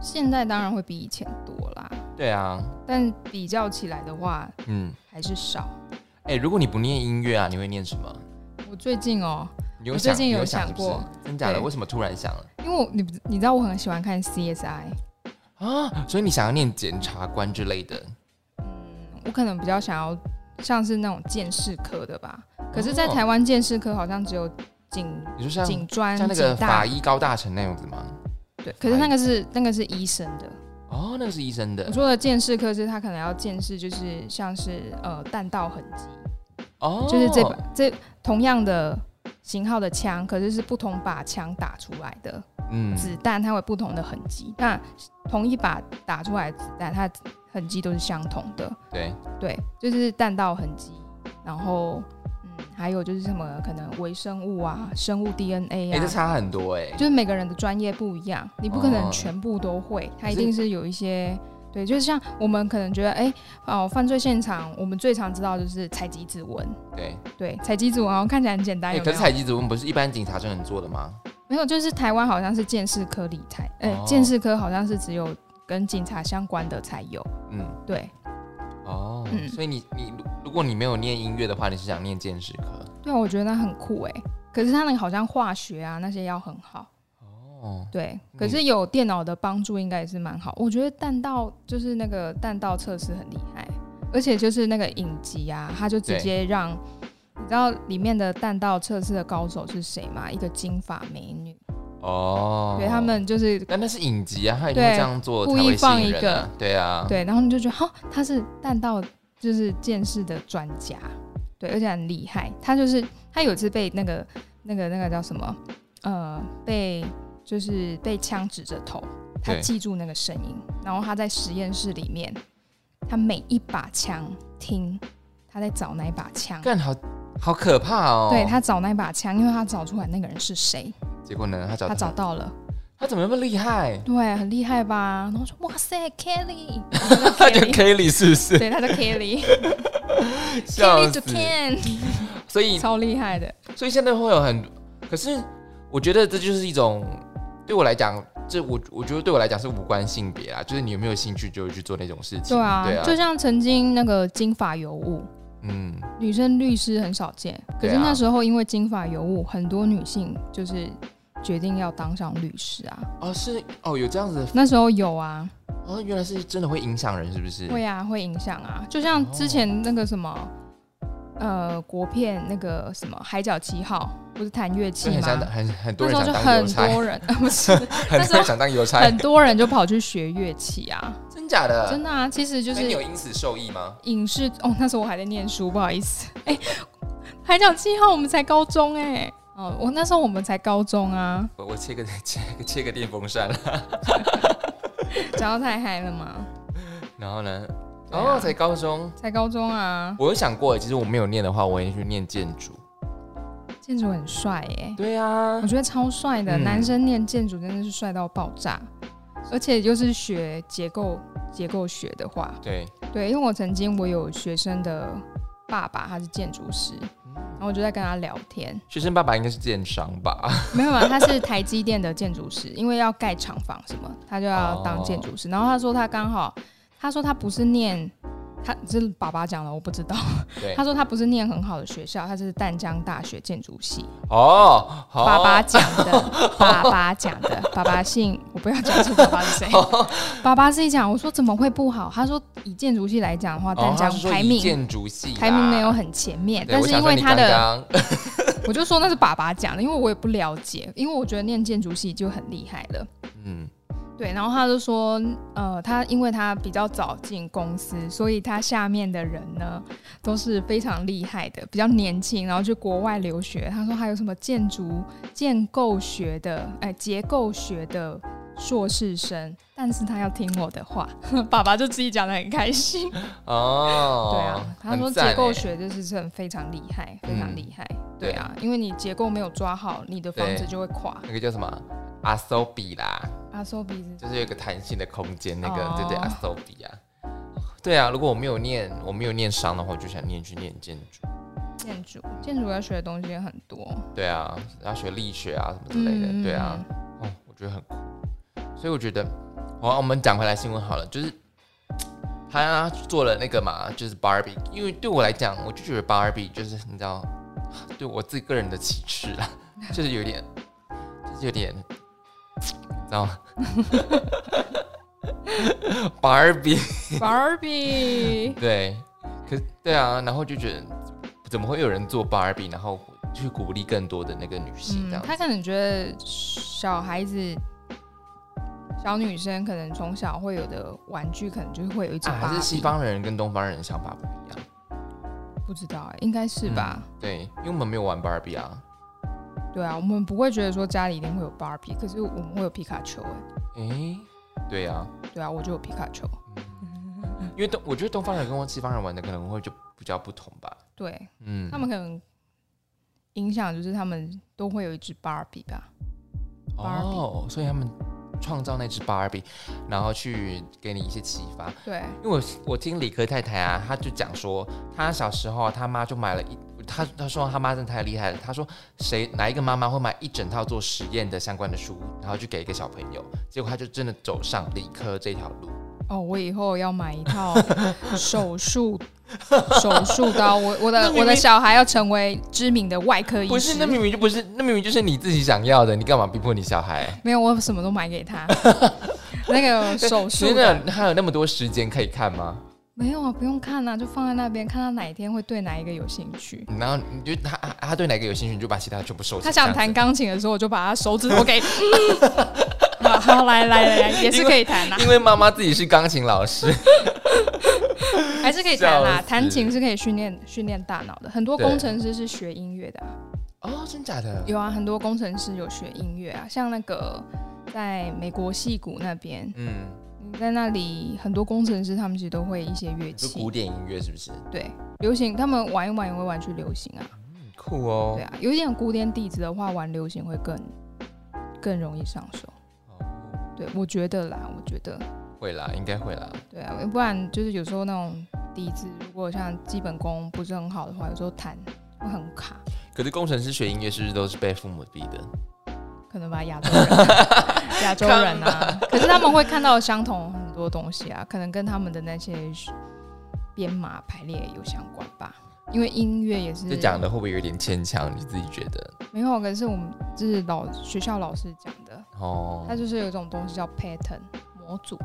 B: 现在当然会比以前多啦，
A: 对啊，
B: 但比较起来的话
A: 嗯，
B: 还是少。
A: 哎、如果你不念音乐啊，你会念什么？
B: 我最近哦，
A: 你有
B: 我
A: 想
B: 最近
A: 你
B: 有
A: 想
B: 想
A: 是不是
B: 过，
A: 真假的？
B: 对
A: 为什么突然想了
B: 因为我你不你知道我很喜欢看 CSI，
A: 啊？所以你想要念检察官之类的？
B: 我可能比较想要像是那种鉴识科的吧。可是，
A: 哦
B: 在台湾鉴识科好像只有警
A: 你说像
B: 警专、
A: 像那个
B: 警大
A: 法，医高大成那样子吗？
B: 对。可是那个是那个是医生的。
A: 哦，那个是医生的
B: 我。说的鉴识科是他可能要鉴识，就是像是呃弹道痕迹，
A: 哦，
B: 就是这把这同样的型号的枪，可是是不同把枪打出来的
A: 嗯
B: 子弹，它会不同的痕迹。那同一把打出来的子弹，它的痕迹都是相同的，
A: 对，
B: 对，就是弹道痕迹，然后嗯，还有就是什么可能微生物啊、生物 DNA
A: 哎、这
B: 啊。
A: 差很多哎、
B: 就是每个人的专业不一样，你不可
A: 哦
B: 能全部都会，它
A: 可
B: 一
A: 是
B: 定是有一些对，就是像我们可能觉得，哎、哦，犯罪现场我们最常知道就是采集指纹，
A: 对，
B: 对，采集指纹好像看起来很简单，
A: 哎、
B: 有没
A: 可是
B: 有？
A: 采集指纹不是一般警察就能做的吗？
B: 没有，就是台湾好像是建识科理财，哎、
A: 哦
B: 建识科好像是只有跟警察相关的才有，
A: 嗯，
B: 对，
A: 哦，
B: 嗯
A: 所以你你如如果你没有念音乐的话，你是想念见识科
B: 对啊，我觉得那很酷哎、可是他那个好像化学啊那些要很好，
A: 哦，
B: 对，可是有电脑的帮助应该也是蛮好。我觉得弹道就是那个弹道测试很厉害，而且就是那个影集啊，他就直接让你知道里面的弹道测试的高手是谁吗？一个金发美女，
A: 哦，
B: 对他，们就是
A: 但那是影集啊，他一定会
B: 对
A: 这样做才
B: 故意
A: 会吸
B: 放
A: 引
B: 一
A: 人啊，对啊，
B: 对，然后你就觉得哈，他是弹道就是剑士的专家，对，而且很厉害。他就是他有一次被那个那个那个叫什么呃，被就是被枪指着头，他
A: 对
B: 记住那个声音，然后他在实验室里面，他每一把枪听他在找哪一把枪，
A: 干好好可怕哦，
B: 对他找哪一把枪，因为他找出来那个人是谁，
A: 结果呢，他找
B: 他找到了。
A: 他怎么那么厉害？
B: 对，啊很厉害吧？然后说哇塞，Kelly，
A: 他就
B: Kelly
A: Kelly 是不是？
B: 对，他叫 Kelly，Kelly
A: 笑
B: to
A: 死！
B: Ken，
A: 所以
B: 超厉害的。
A: 所以现在会有很，可是我觉得这就是一种对我来讲，这我我觉得对我来讲是无关性别啦，就是你有没有兴趣就会去做那种事情。
B: 对 啊，
A: 对啊，
B: 就像曾经那个金发尤物，
A: 嗯，
B: 女生律师很少见，可
A: 对
B: 是
A: 啊
B: 那时候因为金发尤物，很多女性就是决定要当上律师啊。
A: 哦是哦有这样子的
B: 那时候有啊，
A: 哦，原来是真的会影响人，是不是？哦
B: 会啊，会影响啊。就像之前那个什么，呃，国片那个什么《海角七号》，不是弹乐
A: 所以
B: 器
A: 很想
B: 吗
A: 当？很很多
B: 那
A: 人
B: 时候就
A: 想当邮
B: 很
A: 差，
B: 多人， 不是
A: 很
B: 那
A: 多
B: 时候
A: 人想当邮差
B: 很，多人就跑去学乐器啊，
A: 真假的？
B: 真的啊。其实就
A: 那你有
B: 是
A: 因此受益吗？
B: 影视哦，那时候我还在念书，不好意思。哎、海角七号我们才高中哎、哦，我那时候我们才高中啊，
A: 我我切个 切个切个电风扇 了，
B: 讲到太嗨了嘛，
A: 然后呢？
B: 对啊
A: 哦，才高中，
B: 才高中啊，
A: 我有想过，其实我没有念的话，我也去念建筑。
B: 建筑很帅耶、
A: 对啊
B: 我，觉得超帅的，
A: 嗯
B: 男生念建筑真的是帅到爆炸，而且又是学结构结构学的话，
A: 对，
B: 对，因为我曾经我有学生的爸爸他是建筑师，然后我就在跟他聊天，
A: 学生爸爸应该是建商 吧？
B: 没有啊，他是台积电的建筑师，因为要盖厂房什么，他就要当建筑师。然后他说他刚好，他说他不是念，他这是爸爸讲的，我不知道。
A: 对
B: 他，说他不是念很好的学校，他是淡江大学建筑系。
A: 哦，好，
B: 爸爸讲 的，爸爸讲的，爸爸姓，我不要讲出爸爸是谁。
A: 哦
B: 爸爸自己讲，我说怎么会不好？他说以建筑系来讲的话，淡
A: 哦，他
B: 江
A: 是说
B: 排
A: 以
B: 名、
A: 建筑系啦
B: 排名没有，很前面，
A: 对
B: 但
A: 我
B: 是
A: 想
B: 因
A: 说
B: 为
A: 你
B: 他的。
A: 刚刚
B: 我就说那是爸爸讲的，因为我也不了解，因为我觉得念建筑系就很厉害了。
A: 嗯，
B: 对，然后他就说，呃，他因为他比较早进公司，所以他下面的人呢都是非常厉害的，比较年轻，然后去国外留学。他说还有什么建筑建构学的，哎、结构学的硕士生，但是他要听我的话， 爸爸就自己讲的很开心。
A: 哦，
B: 对啊，他说
A: 很赞
B: 结构
A: 欸，
B: 学就是真的非常厉害，非常
A: 嗯
B: 厉害。对啊，因为你结构没有抓好，你的房子就会垮。
A: 那个叫什么？阿苏比啦，
B: 阿索比子，
A: 就是有一个弹性的空间，那个、
B: 哦
A: 对对，阿苏比啊，对啊，如果我没有念，我没有念商的话，我就想念去念建筑，
B: 建筑，建筑要学的东西也很多
A: 对啊，要学力学啊什么之类的，对啊，，哦，我觉得很酷。所以我觉得，好，我们讲回来新闻好了，就是他做了那个嘛，就是 Barbie，因为对我来讲，我就觉得 Barbie 就是你知道，对我自己个人的歧视啦，就是有点，就是有点，你知道吗 ？Barbie
B: Barbie，
A: 对，可是对啊，然后就觉得怎么会有人做 Barbie，然后去鼓励更多的那个女性这
B: 嗯
A: 样，子？
B: 他可能觉得小孩子。小女生可能从小会有的玩具，可能就是会有一只
A: 啊，
B: 芭
A: 还是西
B: 比，
A: 方人跟东方人的想法不一样。
B: 不知道欸，应该是吧？
A: 对，因为我们没有玩芭比啊。
B: 对啊，我们不会觉得说家里一定会有 Barbie，可是我们会有皮卡丘，哎，
A: 诶，对啊，
B: 对啊，我就有皮卡丘，
A: 因为东，我觉得东方人跟西方人玩的可能会就比较不同吧。
B: 对，
A: 嗯
B: 他，们可能影响就是他们都会有一只芭比吧，
A: 哦，所以他们创造那只芭比，然后去给你一些启发。
B: 对，
A: 因为我我听理科太太啊，她就讲说，她小时候啊她妈就买了一，她她说她妈真的太厉害了。她说谁哪一个妈妈会买一整套做实验的相关的书，然后去给一个小朋友，结果她就真的走上理科这条路。
B: 哦，我以后要买一套手术 手术刀，我我
A: 那
B: 的
A: 明明
B: 我的小孩要成为知名的外科医
A: 不是，
B: 师
A: 那。明明就不是，那明明就是你自己想要的，你干嘛逼迫你小孩？
B: 没有，我什么都买给 他。那个手术
A: 真
B: 的
A: 的，他有那么多时间可以看吗？
B: 没有啊，不用看啊，就放在那边，看他哪一天会对哪一个有兴趣。
A: 然后你就他他他对哪个有兴趣，你就把其他全部收起。
B: 他想
A: 这样
B: 弹
A: 子，
B: 钢琴的时候，我就把他手指 头给。 好好，来来来来，也是可以弹啊啦、
A: 因为妈妈自己是钢琴老 师，
B: 还是可以弹啦、
A: 笑死
B: 弹琴是可以训练训练大脑的。很多
A: 对
B: 工程师是学音乐的啊、
A: 哦，真假的？
B: 有啊，很多工程师有学音乐啊，像那个在美国戏谷那边，
A: 嗯，
B: 你在那里很多工程师他们其实都会一些乐
A: 就古
B: 器，
A: 典音乐是不是？
B: 对，流行他们玩一玩也会玩去流行啊，
A: 很酷哦
B: 对。啊，有一点古典底子的话，玩流行会更更容易上手。
A: 哦
B: 对，我觉得啦，我觉得，
A: 会啦，应该会啦。
B: 对啊，不然就是有时候那种底子，如果像基本功不是很好的话，有时候弹会很卡，
A: 可是工程师学音乐是不是都是被父母逼的？
B: 可能吧，亚洲人啊，亚洲人啊，可是他们会看到相同很多东西啊，可能跟他们的那些编码排列有相关吧。因为音乐也是
A: 这讲的会不会有点牵强？你自己觉得？
B: 没有，啊可是我们就是老学校老师讲的，
A: 哦
B: 它就是有一种东西叫 pattern 模组。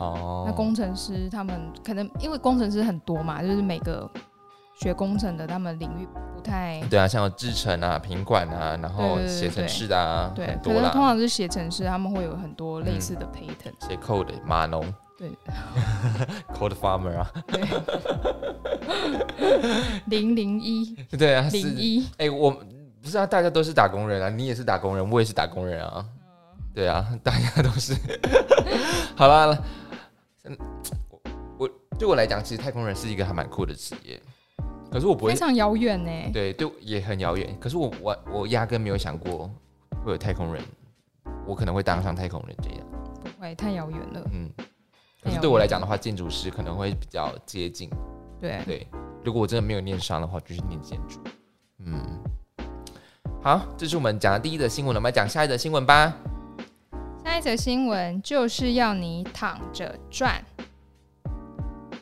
A: 哦，
B: 那工程师他们可能因为工程师很多嘛，就是每个学工程的他们领域不太
A: 对啊，像有制程啊、品管啊，然后
B: 对对对
A: 写程式的啊，
B: 对，
A: 很
B: 可
A: 多
B: 能通
A: 啦，
B: 常是写程式，他们会有很多类似的 pattern、
A: 写 code 码农，
B: 对
A: ，code farmer 啊，
B: 零零一
A: 对啊，
B: 零
A: 是
B: 一，
A: 哎、我不是啊，大家都是打工人啊，你也是打工人，我也是打工人啊，
B: 嗯
A: 对啊，大家都是。 好啦，嗯我我对我来讲，其实太空人是一个还蛮酷的职业，可是我不
B: 非
A: 会，
B: 常遥远呢。
A: 对对，也很遥远。可是我我我压根没有想过会有太空人，我可能会当上太空人这样，
B: 不会太遥远了。
A: 嗯。可
B: 太遥远
A: 是对我来讲的话，建筑师可能会比较接近。
B: 对，
A: 对，如果我真的没有念商的话，就是念建筑。嗯，好，这是我们讲的第一则新闻了，我们来讲下一则新闻吧。
B: 下一则新闻就是要你躺着赚。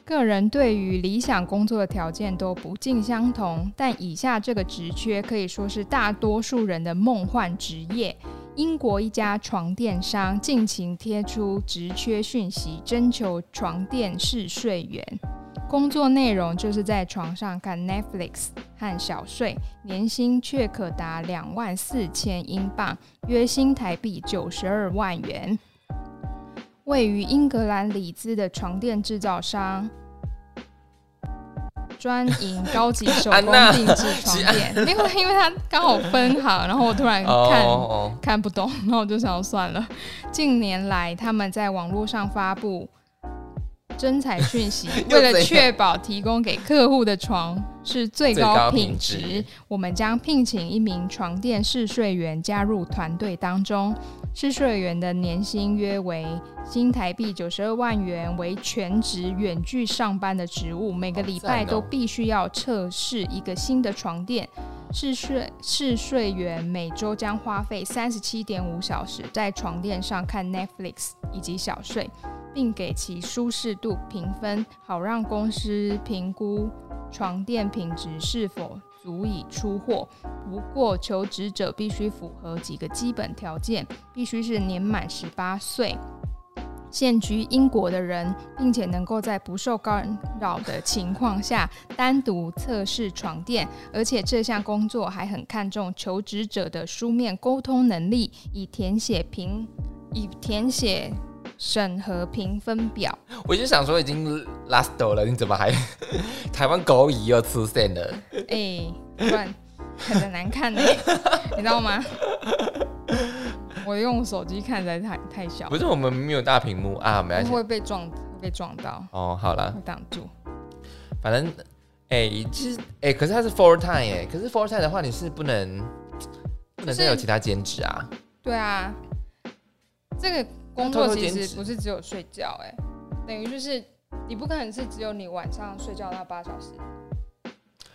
B: 个人对于理想工作的条件都不尽相同，但以下这个职缺可以说是大多数人的梦幻职业。英国一家床垫商尽情贴出职缺讯息，征求床垫试睡员。工作内容就是在床上看 Netflix 和小睡，年薪却可达两万四千英镑，约新台币九十二万元。位于英格兰里兹的床垫制造商，专营高级手
A: 安
B: 工
A: 娜啊
B: 定制床垫。没有，因为它刚好分行，然后我突然看
A: 哦，，
B: 看不懂， 然后我就想算了。近年来，他们在网络上发布真彩讯息为
A: 又怎
B: 了
A: 样
B: 确保提供给客户的床是最
A: 最高
B: 高
A: 品
B: 品
A: 质
B: 质，我们将聘请一名床垫试睡员加入团队当中。试睡员的年薪约为新台币九十二万元，为全职远距上班的职务，每个
A: 好
B: 礼
A: 赞
B: 拜
A: 哦
B: 都必须要测试一个新的床垫。试睡试睡员每周将花费三十七点五小时在床垫上看 Netflix 以及小睡，并给其舒适度评分，好让公司评估床垫品质是否足以出货。不过，求职者必须符合几个基本条件，必须是年满十八岁。现居英国的人，并且能够在不受干扰的情况下单独测试床垫，而且这项工作还很看重求职者的书面沟通能力，以填写评以填写审核评分表。
A: 我就想说已经 last 了，你怎么还 台湾狗乙又出现了？
B: 哎、不然很难 看呢、你知道吗？我用手机看实在太太小
A: 不，是我们没有大屏幕啊，没关系。
B: 会被撞，会被撞到，
A: 哦，好啦，
B: 会挡住。
A: 反正哎、其实哎、可是它是 full time 哎、可是 full time 的话，你是不能不能再有其他兼职啊。
B: 对啊，这个工
A: 偷
B: 作
A: 偷
B: 其
A: 兼
B: 实
A: 职
B: 不是只有睡觉、哎，等于就是你不可能是只有你晚上睡觉那八小时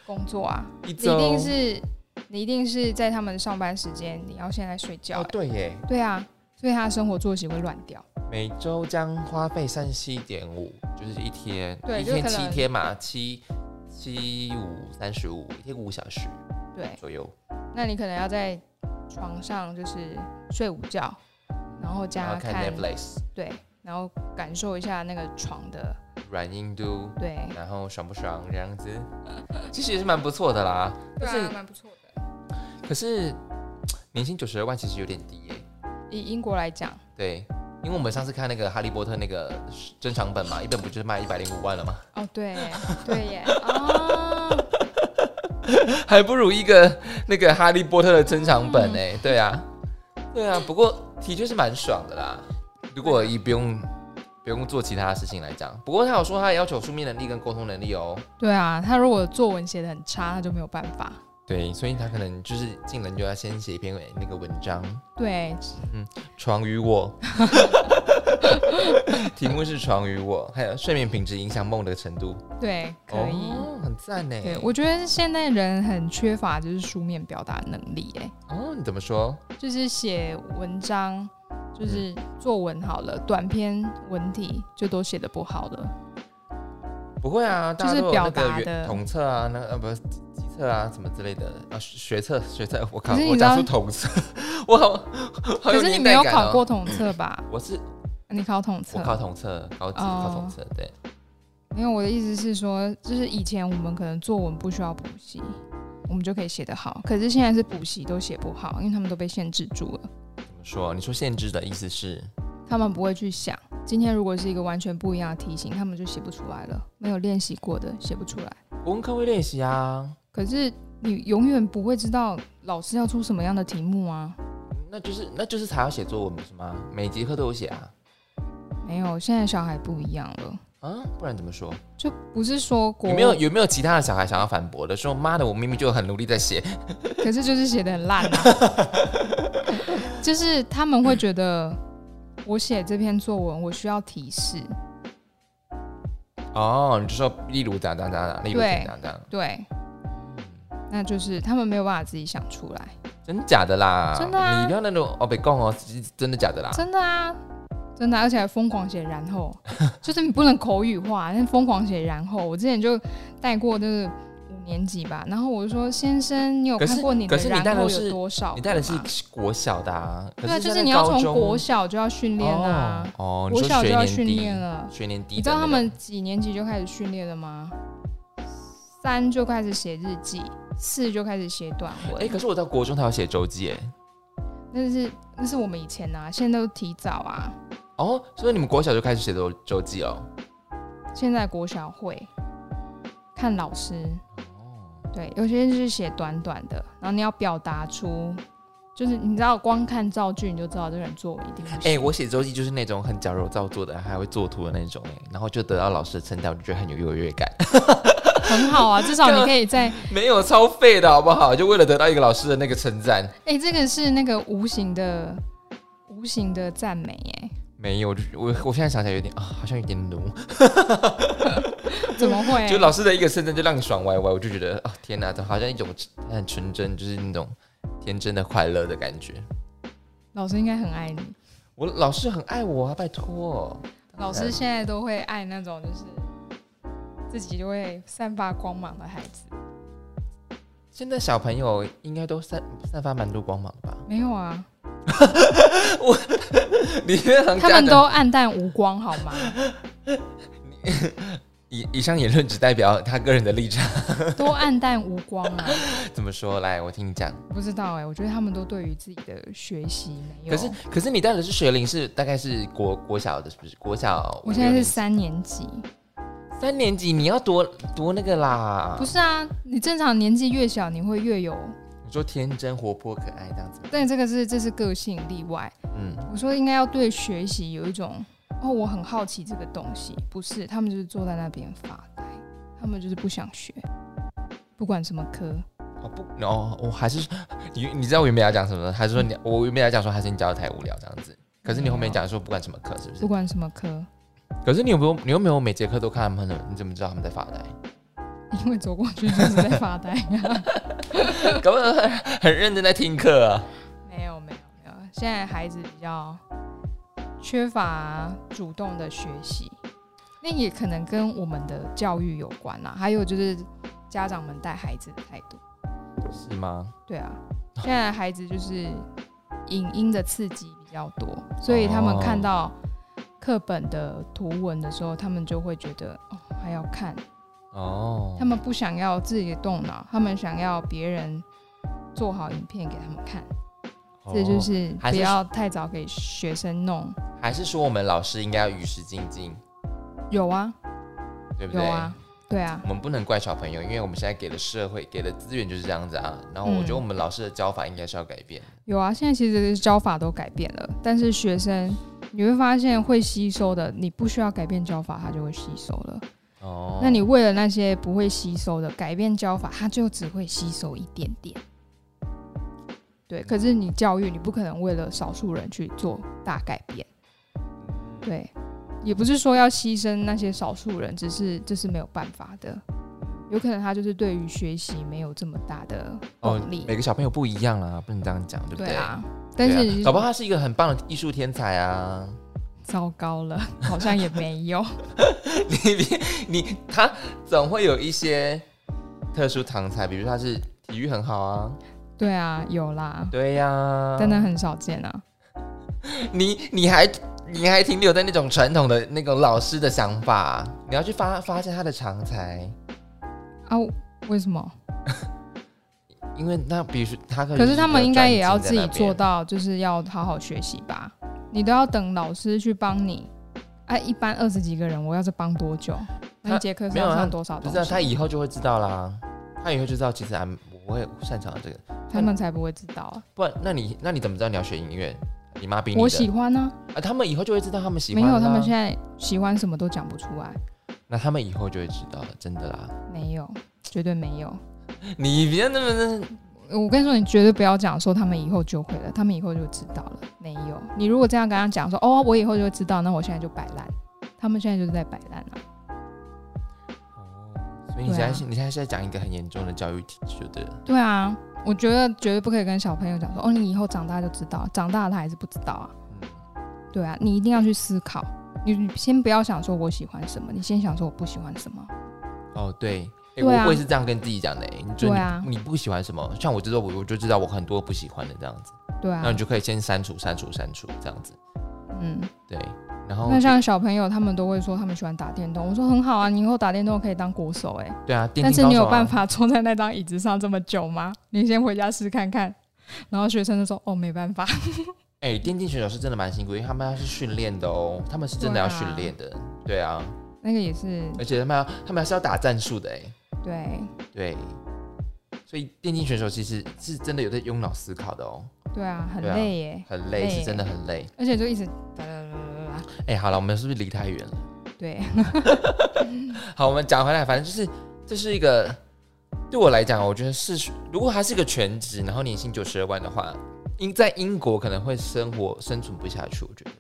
B: 工作啊，
A: 一
B: 你一定是你一定是在他们上班时间，你要先来睡觉、
A: 哦，对耶，
B: 哎对啊，所以他的生活作息会乱掉。
A: 每周将花费三十七点五，就是一天，
B: 对
A: 一
B: 就
A: 天
B: 可
A: 七
B: 能
A: 天嘛，七七五三十五，一天五小时
B: 对，
A: 左右，
B: 那你可能要在床上就是睡午觉，然后
A: 然
B: 加
A: 后看 Netflix，
B: 对，然后感受一下那个床的
A: 软硬度，
B: 对，
A: 然后爽不爽这样子，其实也是蛮不错的啦。但是、
B: 啊蛮不错的。
A: 可是年薪九十二万其实有点低耶、
B: 以英国来讲，
A: 对。因为我们上次看那个《哈利波特》那个珍藏本嘛，一本不就是卖一百零五万了吗？
B: 哦， 对耶对耶，哦，
A: 还不如一个那个《哈利波特》的珍藏本哎、对啊，对啊，不过的确是蛮爽的啦。如果以不用不用做其他的事情来讲，不过他有说他要求书面能力跟沟通能力哦。
B: 对啊，他如果作文写的很差，他就没有办法。
A: 对，所以他可能就是进人就要先写一篇那个文章，
B: 对，
A: 床与我，题目是床与我，还有睡眠品质影响梦的程度，
B: 对，可以。
A: 哦、很赞呢。
B: 对，我觉得现在人很缺乏就是书面表达能力，哎，
A: 哦，你怎么说？
B: 就是写文章，
A: 嗯
B: 就是作文好了，短篇文体就都写的不好了。
A: 不会啊，大家
B: 就是
A: 都有那
B: 表达
A: 个
B: 的
A: 原统测啊，那呃不是机机测啊什么之类的啊学学测学测，我靠
B: 可是，你
A: 我
B: 知道
A: 讲出统测， 我好，好
B: 可是你没有
A: 年代感哦
B: 考过，统测吧？
A: 我是
B: 你考统
A: 我
B: 测？
A: 考统测，高级
B: 哦
A: 考统测，对，
B: 没有，我的意思是说，就是以前我们可能作文不需要补习，我们就可以写得好。可是现在是补习都写不好，因为他们都被限制住了，
A: 怎么说？你说限制的意思是
B: 他们不会去想。今天如果是一个完全不一样的题型，他们就写不出来了，没有练习过的写不出来。
A: 国文课会练习啊，
B: 可是你永远不会知道老师要出什么样的题目啊！
A: 那就是那就是才要写作文不是吗？每节课都有写啊
B: 没有，现在小孩不一样了，
A: 啊，不然怎么说？
B: 就不是说国
A: 有没有有没有其他的小孩想要反驳的？说妈的，我明明就很努力在写，
B: 可是就是写的很烂啊， 就是他们会觉得我写这篇作文，我需要提示，
A: 哦，你就说例如咋咋咋咋，例如
B: 对
A: 咋咋咋，
B: 对，嗯那就是他们没有办法自己想出来，
A: 真假的啦，
B: 真的啊
A: 你不要那种哦被供哦，真的假的啦，
B: 真的啊，真的啊、而且还疯狂写然后， 就是你不能口语化，但疯狂写然后，我之前就带过就是。五年级吧，然后我就说：“先生，你有
A: 可是
B: 看过你的
A: 可是你带
B: 然
A: 的
B: 后
A: 是
B: 有多少个吗？
A: 你带的是国小的啊，可
B: 对
A: 是
B: 啊，就
A: 现
B: 是
A: 在
B: 你要
A: 高
B: 从
A: 中
B: 国小就要训练啊，
A: 哦，哦你
B: 国
A: 说
B: 小就
A: 学
B: 要
A: 年
B: 训
A: 低
B: 练了。
A: 学年低的那种，
B: 你知道他们几年级就开始训练了吗？三就开始写日记，四就开始写短
A: 哎、
B: 文。
A: 可是我到国中他有写周记哎，
B: 那是那是我们以前啊，现在都提早啊。
A: 哦，所以你们国小就开始写周周记了，
B: 现在国小会看老师，
A: 哦
B: 对，有些就是写短短的，然后你要表达出，就是你知道光看造句你就知道这个人作文一定不
A: 哎、
B: 行。
A: 我写周记就是那种很矫揉造作的，还会作图的那种哎，然后就得到老师的称赞，我就觉得很有优 越感，
B: 很 好啊，至少你可以在
A: 没有超废的好不 好？就为了得到一个老师的那个称赞，
B: 哎、这个是那个无形的无形的赞美哎、
A: 没有，我就我我现在想起来有点啊，好像有点奴，
B: 怎么会、
A: 就老师的一个称赞就让你爽歪歪，我就觉得啊、天哪，这好像一种很纯真，就是那种天真的快乐的感觉。
B: 老师应该很爱你。
A: 我老师很爱我啊，拜托。
B: 老师现在都会爱那种就是自己就会散发光芒的孩子。
A: 现在小朋友应该都散散发蛮多光芒的吧？
B: 没有啊，
A: 你这行
B: 他
A: 家
B: 们
A: 的
B: 都暗淡无光，好吗？
A: 以以上言论只代表他个人的立场。
B: 都暗淡无光啊！
A: 怎么说？来，我听你讲。
B: 不知道哎、我觉得他们都对于自己的学习没有。
A: 可是可是你带的是学龄是大概是国国小的，是不是？国小
B: 我现在是
A: 三
B: 三年级，
A: 嗯三年级，你要多多那个啦
B: 不。是啊？你正常年纪越小，你会越有。
A: 你说天真活泼可爱这样子吗，
B: 但这个是这是个性例外。
A: 嗯，
B: 我说应该要对学习有一种哦，我很好奇这个东西，不是他们就是坐在那边发呆，他们就是不想学，不管什么科。
A: 哦不，哦，我还是你你知道我原本要讲什么？还是说你我原本要讲说还是你教的太无聊这样子？可是你后面讲说不管什么课是不
B: 不
A: 是？
B: 管什么科，
A: 可是你有没有你有没有每节课都看他们的？你怎么知道他们在发呆？
B: 因为走过去就是在发呆、
A: 搞不好很很认真在听课啊。
B: 没有没有没有，现在孩子比较缺乏主动的学习，那也可能跟我们的教育有关啊啦，还有就是家长们带孩子的态度。
A: 是吗？
B: 对啊，现在的孩子就是影音的刺激比较多，所以他们
A: 哦
B: 看到课本的图文的时候，他们就会觉得哦还要看，
A: 哦
B: 他们不想要自己动脑，他们想要别人做好影片给他们看，这就、
A: 哦
B: 是
A: 还
B: 不
A: 是
B: 要太早给学生弄。
A: 还是说我们老师应该要与时俱进，
B: 有啊，
A: 对不
B: 有
A: 对？
B: 啊，对啊，
A: 我们不能怪小朋友，因为我们现在给的社会给的资源就是这样子啊。然后我觉
B: 嗯
A: 得我们老师的教法应该是要改变。
B: 有啊，现在其实教法都改变了，但是学生你会发现会吸收的，你不需要改变教法，他就会吸收了。
A: 哦
B: 那你为了那些不会吸收的，改变教法，它就只会吸收一点点。对，可是你教育，你不可能为了少数人去做大改变。对，也不是说要牺牲那些少数人，只是这是没有办法的。有可能他就是对于学习没有这么大的动力，
A: 哦每个小朋友不一样啦，不能这样讲，对不对？
B: 对啊。
A: 对
B: 但是
A: 啊
B: 你就
A: 搞不好他是一个很棒的艺术天才啊！
B: 糟糕了， 好像也没有。
A: 你别你他总会有一些特殊常才，比如说他是体育很好啊，
B: 对啊，有啦，
A: 对呀、
B: 但那很少见啊。
A: 你你还你还停留在那种传统的那种老师的想法，啊你要去发发现他的长才，
B: 啊，为什么？
A: 因为那比如说他可
B: 可是他们应该也要
A: 比较专
B: 自己
A: 精在那边
B: 做到，就是要好好学习吧。你都要等老师去帮你。啊，一般二十几个人，我要是帮多久？那
A: 他
B: 一节课是
A: 没有
B: 要
A: 啊
B: 上多少
A: 不
B: 东
A: 知道
B: 西？
A: 他以后就会知道啦，他以后就知道其实俺我不会擅长这个，
B: 他们才不会知道啊。
A: 不然那你那你怎么知道你要学音乐？你妈逼你的
B: 我喜欢呢、
A: 啊，他们以后就会知道他们喜
B: 没
A: 欢啦、啊
B: 有，他们现在喜欢什么都讲不出来，
A: 那他们以后就会知道了，真的啦。
B: 没有，绝对没有。
A: 你别那么
B: 我跟你说，你绝对不要讲说他们以后就会了，他们以后就知道了，没有。你如果这样跟他讲说，哦，我以后就知道，那我现在就摆烂，他们现在就是在摆烂啊。
A: 那，哦所以你现在、是你现在是在讲一个很严重的教育体制，就对了。
B: 对啊，我觉得绝对不可以跟小朋友讲说，哦，你以后长大就知道，长大了他还是不知道啊。
A: 嗯，
B: 对啊，你一定要去思考，你你先不要想说我喜欢什么，你先想说我不喜欢什么。
A: 哦，对，哎，
B: 对啊
A: 我我也是这样跟自己讲的、哎，你就
B: 对
A: 你、
B: 啊
A: 你不喜欢什么，像我知道我我就知道我很多不喜欢的这样子，
B: 对
A: 那
B: 啊
A: 你，就可以先删除、删除、删除这样子，
B: 嗯，
A: 对，然后
B: 那像小朋友他们都会说他们喜欢打电动，我说很好啊，你以后打电动可以当国手哎、
A: 对啊，电竞
B: 但是
A: 高
B: 你
A: 手
B: 有
A: 啊
B: 办？法坐在那张椅子上这么久吗？你先回家试看看。然后学生就说：“哦，没办 法，
A: 哎、电竞选手是真的蛮辛苦，因为他们要是训练的哦，他们是真的要
B: 对啊
A: 训练的，对啊，
B: 那个也是
A: 而且他们要他们还是要打战术的、哎。
B: 对
A: 对，所以电竞选手其实是真的有在用脑思考的哦，
B: 对啊，很
A: 对啊
B: 累耶，
A: 很累，
B: 累
A: 是真的很累。
B: 而且就一直哒哒哒哒哒哒
A: 哎、好了，我们是不是离太远了？
B: 对，
A: 好，我们讲回来，反正就是这是一个对我来讲，我觉得是如果他是一个全职，然后年薪九十二万的话，英在英国可能会生活生存不下去，我觉得。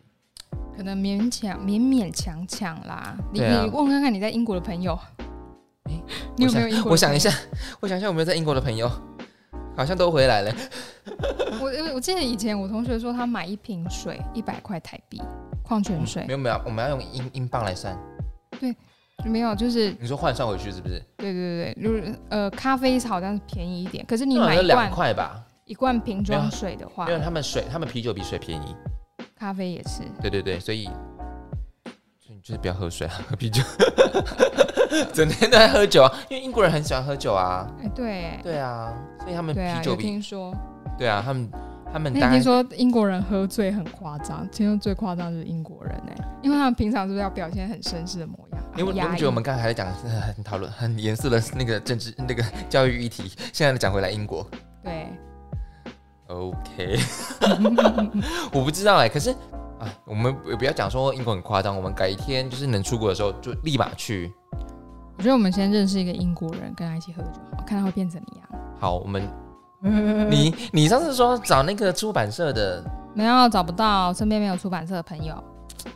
B: 可能勉强勉勉强强啦。你、
A: 对啊
B: 你问看看你在英国的朋友，
A: 诶
B: 你有没有英国
A: 我想
B: 的
A: 一下，我想一下，有没有在英国的朋友，好像都回来了。
B: 朋友？我我我记得以前我同学说他买一瓶水一百块台币，矿泉水
A: 没有没有，我们要用英英镑来算。哦
B: 没有，就是
A: 你说换算回去是不是？
B: 对对对，就是呃，咖啡好像便宜一点，可是你
A: 那好
B: 买
A: 像
B: 一
A: 两
B: 罐
A: 块吧？
B: 一罐瓶
A: 没
B: 装
A: 有啊
B: 水的话
A: 因，为他们水，他们啤酒比水便宜。
B: 咖啡也是。
A: 对对对，所以所以你就是不要喝水啊，喝啤 酒， 整天都在喝酒啊，因为英国人很喜欢喝酒啊。
B: 哎、对，
A: 对啊，所以他们
B: 对啊
A: 啤，酒
B: 有
A: 比
B: 听说，
A: 对啊，他们他们
B: 那
A: 大
B: 你听
A: 概
B: 说英国人喝醉很夸张，听说最夸张就是英国人哎、因为他们平常是不是要表现很绅士的模样？
A: 你不
B: 很
A: 你
B: 压
A: 不
B: 抑
A: 觉得我们刚才还在讲呃很讨论 很严肃的那个政治那个 教育议题，现在讲回来英国
B: 对，
A: ，OK，我不知道哎、可是啊，我们也不要讲说英国很夸张，我们改天就是能出国的时候就立马去。
B: 我觉得我们先认识一个英国人，跟他一起喝就好，看他会变怎么样。
A: 好，我们你你上次说找那个出版社的，
B: 没有啊找不到，身边没有出版社的朋友，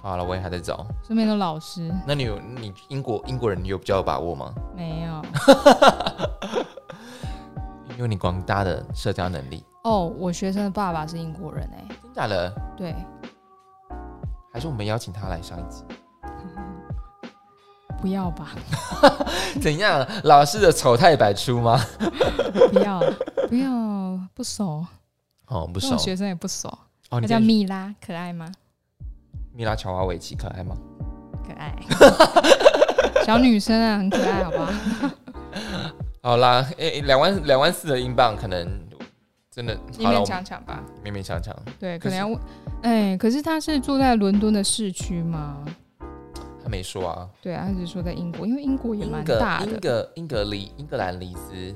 A: 好了，我也还在找。
B: 身边都老师，
A: 那你有你英国英国人你有比较有把握吗？
B: 没 有。
A: 因为你广大的社交能力，
B: 哦，我学生的爸爸是英国人哎、
A: 真假的？
B: 对，
A: 还是我们邀请他来上一集？
B: 不要吧，
A: 怎样？老师的丑态百出吗？
B: 不要，不要，不熟，
A: 哦，不
B: 跟
A: 熟
B: 我学生也不熟。
A: 哦，
B: 他
A: 你
B: 叫
A: 跟米
B: 蜜拉，可爱吗？
A: 拉乔瓦维奇可爱吗？
B: 可 爱，小女生啊，很可爱，好吧？
A: 好啦，诶、两万两万四的英镑可能真的
B: 勉
A: 好了，
B: 勉
A: 我们
B: 强强吧。
A: 勉勉强强，
B: 对，
A: 可
B: 可
A: 是
B: 能要问，哎、可是他是住在伦敦的市区吗？
A: 他没说啊。
B: 对啊，他只是说在英国，因为英国也
A: 英
B: 蛮
A: 格
B: 大
A: 英
B: 的，
A: 格英格里英格兰里斯，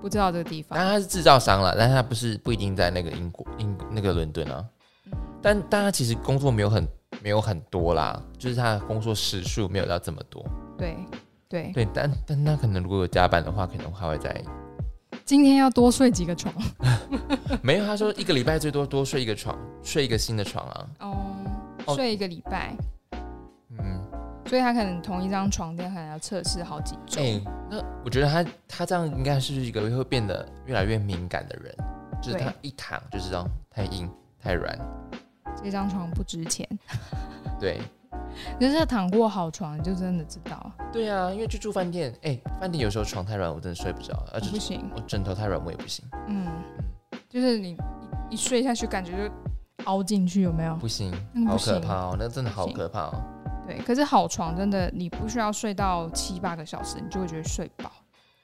B: 不知道这个地
A: 但
B: 方。
A: 他是制造商了，但是他不是不一定在那个英国英那个伦敦啊。但但他其实工作没有很没有很多啦，就是他的工作时数没有到这么多。
B: 对对，
A: 对，但但他可能如果有加班的话，可能还会在。
B: 今天要多睡几个床
A: 没有，他说一个礼拜最多多睡一个床，睡一个新的床啊。
B: 哦。
A: 哦
B: 睡一个礼拜，
A: 嗯，
B: 所以他可能同一张床垫可能要测试好几周。
A: 哎、那我觉得他他这样应该是一个会变得越来越敏感的人，就是他
B: 对
A: 一躺就知道太硬太软，
B: 这张床不值钱，
A: 对
B: 就是躺过好床，你就真的知道
A: 对啊，因为去住饭店，哎、饭店有时候床太软我真的睡不着，而
B: 我不
A: 且
B: 行。
A: 我枕头太软我也不行，
B: 嗯，就是你一一睡下去，感觉就凹进去，有没有？
A: 不行
B: 那，个
A: 好可
B: 嗯不行
A: 怕哦，那真的好
B: 不行
A: 可怕哦。
B: 对，可是好床真的，你不需要睡到七八个小时，你就会觉得睡饱，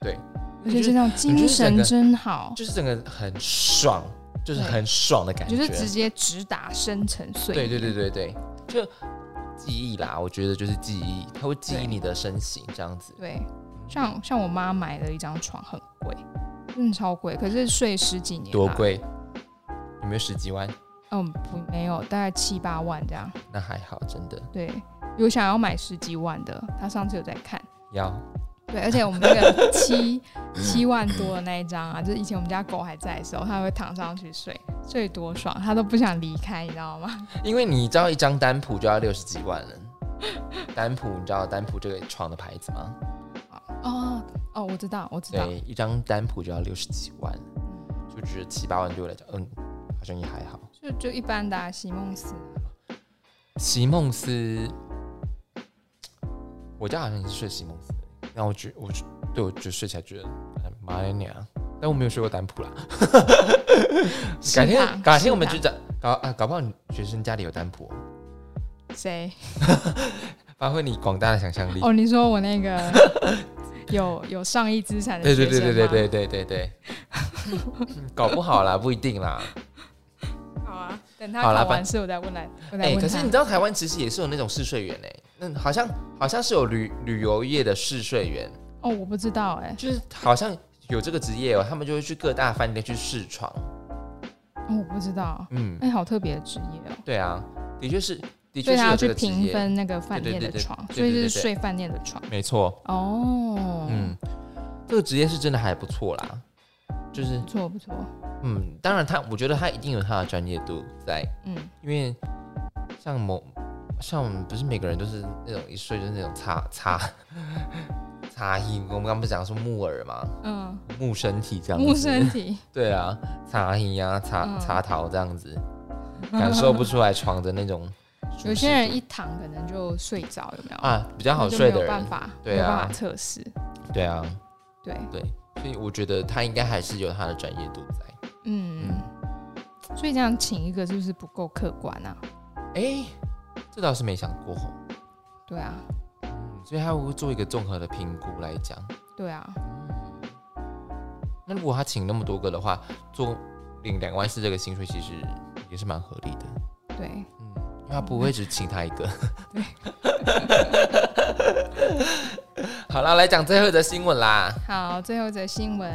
A: 对，
B: 而且这样精神真好，
A: 就是整个很爽，就是
B: 对
A: 很爽的感
B: 就
A: 觉。
B: 是直接直达深层睡
A: 对
B: 眠。
A: 对对对对，就记忆啦，我觉得就是记忆，它会记忆
B: 对
A: 你的身形这样子。
B: 对，像像我妈买了一张床，很贵，真的超贵，可是睡十几年
A: 多
B: 吧？
A: 贵？有没有十几万？
B: 嗯，不没有，大概七八万这样。
A: 那还好，真的
B: 对，有想要买十几万的，她上次有在看。
A: 要
B: 对，而且我们 那个七七万多的那一张啊，就是以前我们家狗还在的时候，它会躺上去睡，睡多爽，它都不想离开，你知道吗？
A: 因为你知道一张单铺就要六十几万 了。单铺，你知道单铺这个床的牌子吗？
B: 哦哦，我知道，我知道，
A: 对，一张单铺就要六十几万，就觉得七八万对我来讲，嗯，好像也还好。
B: 就就一般的、啊、席梦思，
A: 席梦思，我家好像也是睡席梦思的，然后我觉我对我就睡起来觉得哎妈呀娘，但我没有睡过单铺 啦。改
B: 食
A: 天
B: 堂
A: 改天我们
B: 食
A: 去
B: 堂
A: 找搞啊，搞不好你学生家里有单铺哦，
B: 谁？
A: 发挥你广大的想象力。
B: 哦，你说我那 个有有上亿资产的
A: 对对
B: 学生
A: 对
B: 吗？
A: 对对对对对对， 搞不好啦，不一定啦。
B: 好啊，等他
A: 好啦
B: 考
A: 反
B: 完试我再问来， 我再
A: 哎、
B: 问他。
A: 可是你知道台湾其实也是有那种试睡员哎、那好像好像是有旅旅游业的试睡员，
B: 哦，我不知道哎、
A: 就是好像有这个职业哦，他们就会去各大饭店去试床。
B: 哦，我不知道，
A: 嗯，
B: 哎、好特别的职业哦。
A: 对啊，的确是，的
B: 所
A: 确是
B: 以他要
A: 有这
B: 啊去
A: 个职
B: 评
A: 业，
B: 分那个饭
A: 对对
B: 店的
A: 对对
B: 床，
A: 对
B: 所以
A: 对
B: 就是
A: 对
B: 睡饭店的床。
A: 没错。
B: 哦，
A: 嗯，这个职业是真的还不错啦，就是
B: 不错不错，
A: 嗯，当然他，我觉得他一定有他的专业度在，
B: 嗯，
A: 因为像某像不是每个人都是那种一睡就是那种擦擦 擦音，我们刚不是讲说木耳嘛，
B: 嗯，
A: 木身体这样子，
B: 木身 体，
A: 对啊，擦音啊，擦
B: 嗯
A: 擦桃这样 子，感受不出来床的那种舒适度。
B: 有些人一躺可能就睡着，有没有？
A: 啊比较
B: 那
A: 好
B: 就
A: 睡
B: 没
A: 的
B: 有办
A: 人，
B: 法，
A: 对啊
B: 没有办法测试，
A: 对啊，
B: 对，
A: 所以我觉得他应该还是有他的专业度在。
B: 嗯，所以这样请一个是不是不够客观啊？
A: 哎、这倒是没想过吼，
B: 对啊，
A: 嗯所以他会做一个综合的评估来讲。
B: 对啊，
A: 那如果他请那么多个的话，做领两万四这个薪水其实也是蛮合理的，
B: 对，
A: 嗯，因为他不会只请他一个。
B: 嗯
A: 好了，来讲最后一则新闻啦。
B: 好，最后一则新闻，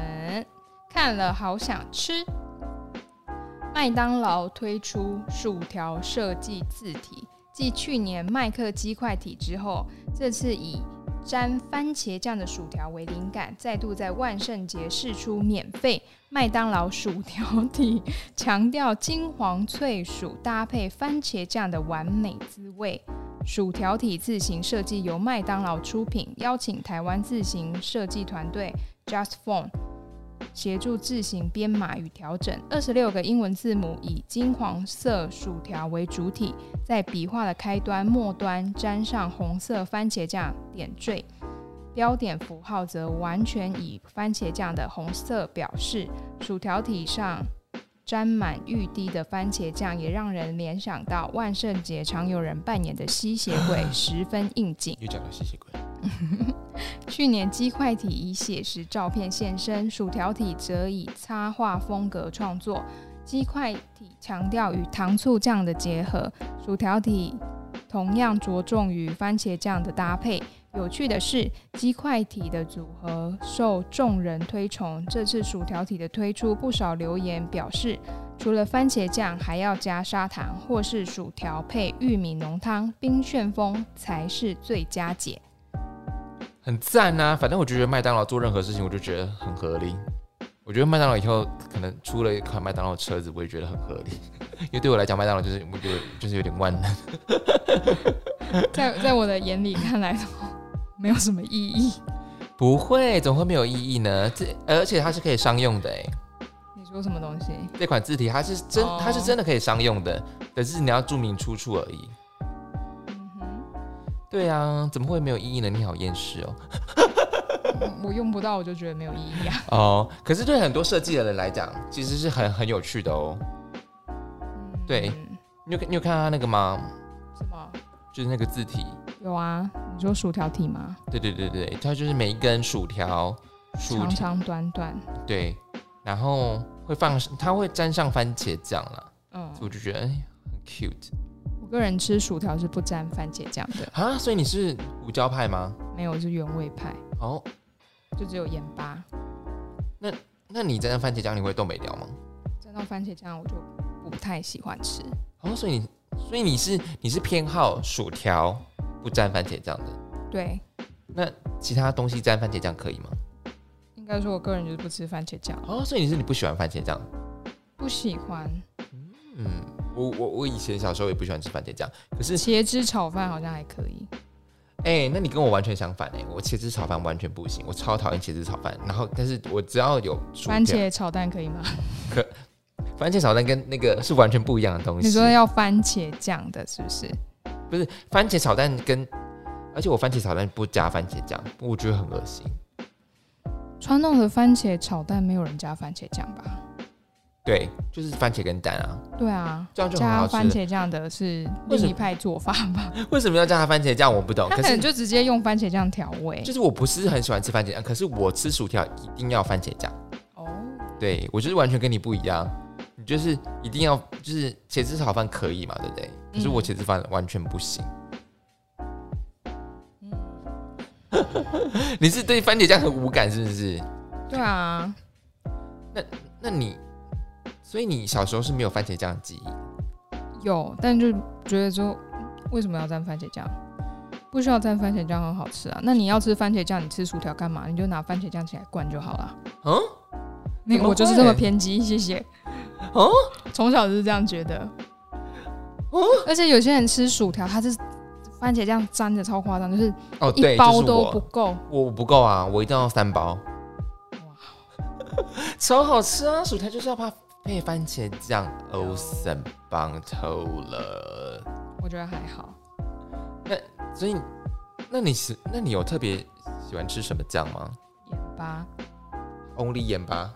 B: 看了好想吃。麦当劳推出薯条设计字体，继去年麦克鸡块体之后，这次以沾番茄酱的薯条为灵感，再度在万圣节试出免费麦当劳薯条体，强调金黄脆薯搭配番茄酱的完美滋味。薯条体字型设计由麦当劳出品，邀请台湾字型设计团队 Just Form 协助字型编码与调整。二十六个英文字母以金黄色薯条为主体，在笔画的开端、末端沾上红色番茄酱点缀，标点符号则完全以番茄酱的红色表示。薯条体上沾满玉滴的番茄酱，也让人联想到万圣节常有人扮演的吸血鬼，十分应景。
A: 又讲到吸血鬼，
B: 去年鸡块体以写实照片现身，薯条体则以插画风格创作。鸡块体强调与糖醋酱的结合，薯条体同样着重于番茄酱的搭配。有趣的是，鸡块体的组合受众人推崇。这次薯条体的推出，不少留言表示，除了番茄酱，还要加砂糖，或是薯条配玉米浓汤，冰旋风才是最佳解。
A: 啊很赞呐、反正我就觉得麦当劳做任何事情，我就觉得很合理。我觉得麦当劳以后可能出了一款麦当劳车子，我也觉得很合理， 因为对我来讲，麦当劳就是我觉得就是有点万能。
B: 在在我的眼里看来， 没有什么意义。
A: 不会，怎么会没有意义呢？这而且它是可以商用的哎，
B: 你说什么东西？
A: 这款字体它是真、
B: 哦
A: 它是真的可以商用的，可是你要注明出处而已。
B: 嗯哼，
A: 对啊，怎么会没有意义呢？你好厌世哦。
B: 嗯我用不到，我就觉得没有意义啊。
A: 哦，可是对很多设计的人来讲，其实是很很有趣的哦。
B: 嗯
A: 对你有你有看到他那个吗？
B: 什么？
A: 就是那个字体，
B: 有啊，你说薯条体吗？
A: 对对对对，它就是每一根薯条，薯
B: 长
A: 条
B: 长短短，
A: 对，然后会放，它会沾上番茄酱啦，
B: 嗯
A: 所以，我就觉得哎很 cute
B: 我个人吃薯条是不沾番茄酱的，
A: 啊。所以你是胡椒派吗？
B: 没有我是原味派，
A: 哦，
B: 就只有盐巴。
A: 那你沾上番茄酱，你会冻没掉吗？
B: 沾到番茄酱我就不太喜欢吃，
A: 哦，所以你所以你是你是偏好薯条不沾番茄酱的，
B: 对，
A: 其他东西沾番茄酱可以吗？
B: 应该说我个人就是不吃番茄酱，
A: 哦，所以你是你不喜欢番茄酱。
B: 不喜欢
A: 嗯，我我我以前小时候也不喜欢吃番茄酱，可是
B: 茄汁炒饭好像还可以，
A: 哎、那你跟我完全相反哎、我茄汁炒饭完全不行，我超讨厌茄汁炒饭。然后，但是我只要有薯
B: 番
A: 条
B: 茄炒蛋可以吗？
A: 番茄炒蛋跟那个是完全不一样的东西。
B: 你说要番茄酱的，是不是？
A: 番茄炒蛋跟，而且我番茄炒蛋不加番茄酱，我觉得很恶心。
B: 传统的番茄炒蛋没有人加番茄酱吧？
A: 对，就是番茄跟蛋啊，
B: 对啊，
A: 这样就很
B: 加
A: 好
B: 番
A: 吃。
B: 茄酱的是
A: 为什
B: 另
A: 么
B: 一派做法吧？
A: 为什么要加番茄酱？我不懂。
B: 他
A: 可
B: 可
A: 是
B: 能就直接用番茄酱调味
A: 就是我不是很喜欢吃番茄酱，呃可是我吃薯条一定要番茄酱。
B: 哦。
A: 对我就是完全跟你不一样，你就是一定要就是茄子炒饭可以嘛，对不对？可
B: 嗯
A: 是我茄子饭完全不行。
B: 嗯
A: 你是对番茄酱很无感是不是？
B: 对啊，
A: 那你，所以你小时候是没有番茄酱的记忆，
B: 有，但就觉得说嗯为什么要蘸番茄酱？不需要蘸番茄酱，很好吃啊。那你要吃番茄酱，你吃薯条干嘛？你就拿番茄酱起来灌就好了。
A: 嗯，
B: 那
A: 怎么
B: 我就是这么
A: 会
B: 偏激，谢谢。
A: 哦，
B: 从小就是这样觉得。
A: 哦
B: 而且有些人吃薯条，他是番茄酱沾的超夸张，就是
A: 哦，
B: 一
A: 对，
B: 包
A: 就是
B: 都不
A: 我，
B: 够。
A: 我不够啊，我一定要三包，
B: 哇
A: 超好吃啊！薯条就是要怕配番茄酱，欧森棒透了。
B: 我觉得还好，
A: 所以，那你是那你有特别喜欢吃什么酱吗
B: 盐巴。
A: ？Only 盐巴，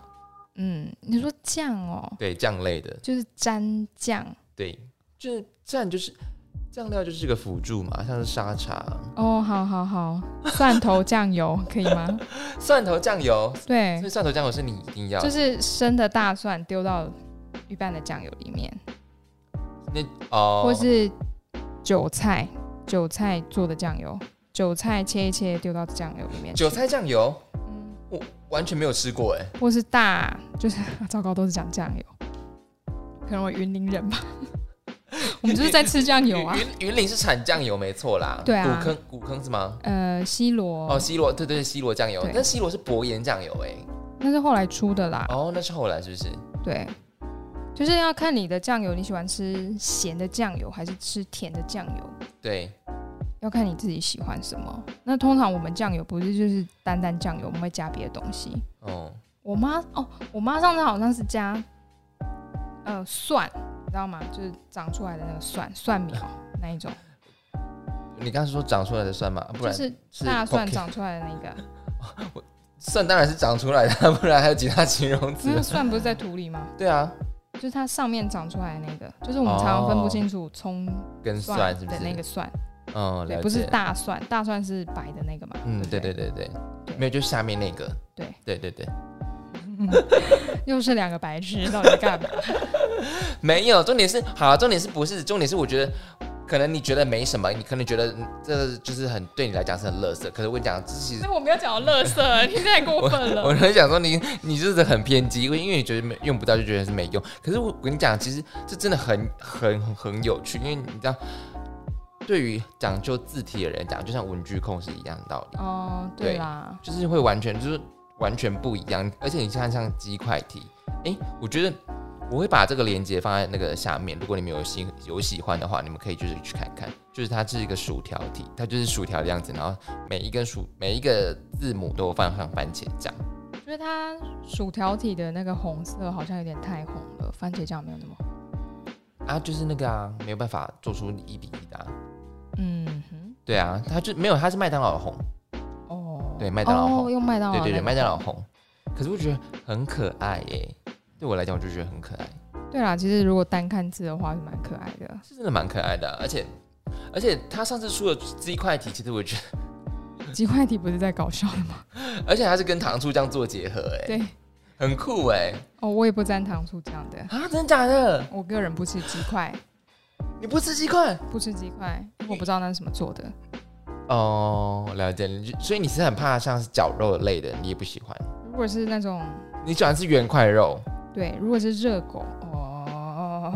B: 嗯，你说酱哦，
A: 对酱类的，
B: 就是沾酱
A: 对，就是蘸就是酱料就是个辅助嘛，像是沙茶、
B: 哦。好好好，蒜头酱油可以 吗？
A: 蒜头酱油，
B: 对
A: 所以，蒜头酱油是你一定要，
B: 就是生的大蒜丢到一半的酱油里面，
A: 那哦，
B: 或是韭菜，韭菜做的酱油，韭菜切一切丢到酱油里面去。
A: 韭菜酱油，
B: 嗯
A: 我完全没有吃过哎，
B: 或是大，就是 糟糕，都是讲酱油，可能我云林人吧， 我们就是在吃酱油啊
A: 云。云云林是产酱油没错啦，
B: 对啊
A: 古坑古坑是吗？
B: 呃，西罗，
A: 哦，西罗，对对对，西罗酱油
B: 对，
A: 但西罗是薄盐酱油哎，
B: 那是后来出的啦。
A: 哦，那是后来是不是？
B: 对，就是要看你的酱油，你喜欢吃咸的酱油还是吃甜的酱油，
A: 对，
B: 要看你自己喜欢什么。那通常我们酱油不是就是单单酱油，我们会加别的东西。
A: 哦，
B: 我妈哦，我妈上次好像是加，呃，蒜，你知道吗？就是长出来的那个蒜，蒜苗那一种，
A: 你刚才说长出来的蒜吗？啊不
B: 就
A: 然
B: 是
A: 是
B: 大蒜
A: pocket
B: 长出来的那 个，
A: 蒜当然是长出来的， 不然还有其他形容
B: 因
A: 词？
B: 为蒜不是在土里吗？
A: 对啊，
B: 就是它上面长出来的那个，就是
A: 哦
B: 我们常常分不清楚葱
A: 跟
B: 蒜
A: 蒜是不
B: 的
A: 是？
B: 那个蒜，
A: 嗯，
B: 对，
A: 了
B: 不是
A: 解。
B: 大蒜，大蒜是白的那个嘛？
A: 嗯，
B: 对
A: 对
B: 不
A: 对
B: 对
A: 对对
B: 对，
A: 没有，就下面那个。
B: 对
A: 对对对，
B: 又是两个白痴，到底在 干嘛？
A: 没有。重点是，好，重点是不是？重点是，我觉得可能你觉得没什么，你可能觉得嗯这就是很对你来讲是很垃圾。可是我跟你讲，这其实
B: 所以我没有讲到乐色，你太过分
A: 我
B: 了。
A: 很想说你， 你就是很偏激，因为因为你觉得没用不到就觉得是没用。可是我我跟你讲，其实这真的很很很很有趣，因为你知道，对于讲究字体的人讲，就像文具控是一样的道理。
B: 哦，对啦，
A: 就是会完全就是完全不一样。而且你看像鸡块题，诶，我觉得我会把这个链接放在那个下面，如果你们有喜有喜欢的话，你们可以就是去看看，就是它是一个薯条题，它就是薯条的样子，然后每一根薯每一个字母都有放上番茄酱。
B: 我觉得它薯条体的那个红色好像有点太红了，番茄酱没有那么红。
A: 啊，就是那个啊，没有办法做出一比一的、啊，
B: 嗯哼，
A: 对啊，它就没有，它是麦当劳红，
B: 哦，
A: 对麦当劳红
B: 哦，用麦当劳
A: 对
B: 那个，
A: 对对，麦当劳红。可是我觉得很可爱耶、对我来讲我就觉得很可爱，
B: 对啦，其实如果单看字的话是蛮可爱的。
A: 是真的蛮可爱的啊、而且而且他上次出的这一块题，其实我觉得，
B: 鸡块体不是在搞笑的吗？
A: 而且还是跟糖醋酱做结合、哎，
B: 对，
A: 很酷哎、
B: 哦，我也不沾糖醋酱的，
A: 啊，真的假的？
B: 我个人不吃鸡块，
A: 你不吃鸡块？
B: 不吃鸡块，因为我不知道那是什么做的。
A: 哦，了解，你就所以你是很怕像是绞肉类的，你也不喜欢，
B: 如果是那种
A: 你喜欢吃圆块肉。
B: 对，如果是热狗哦，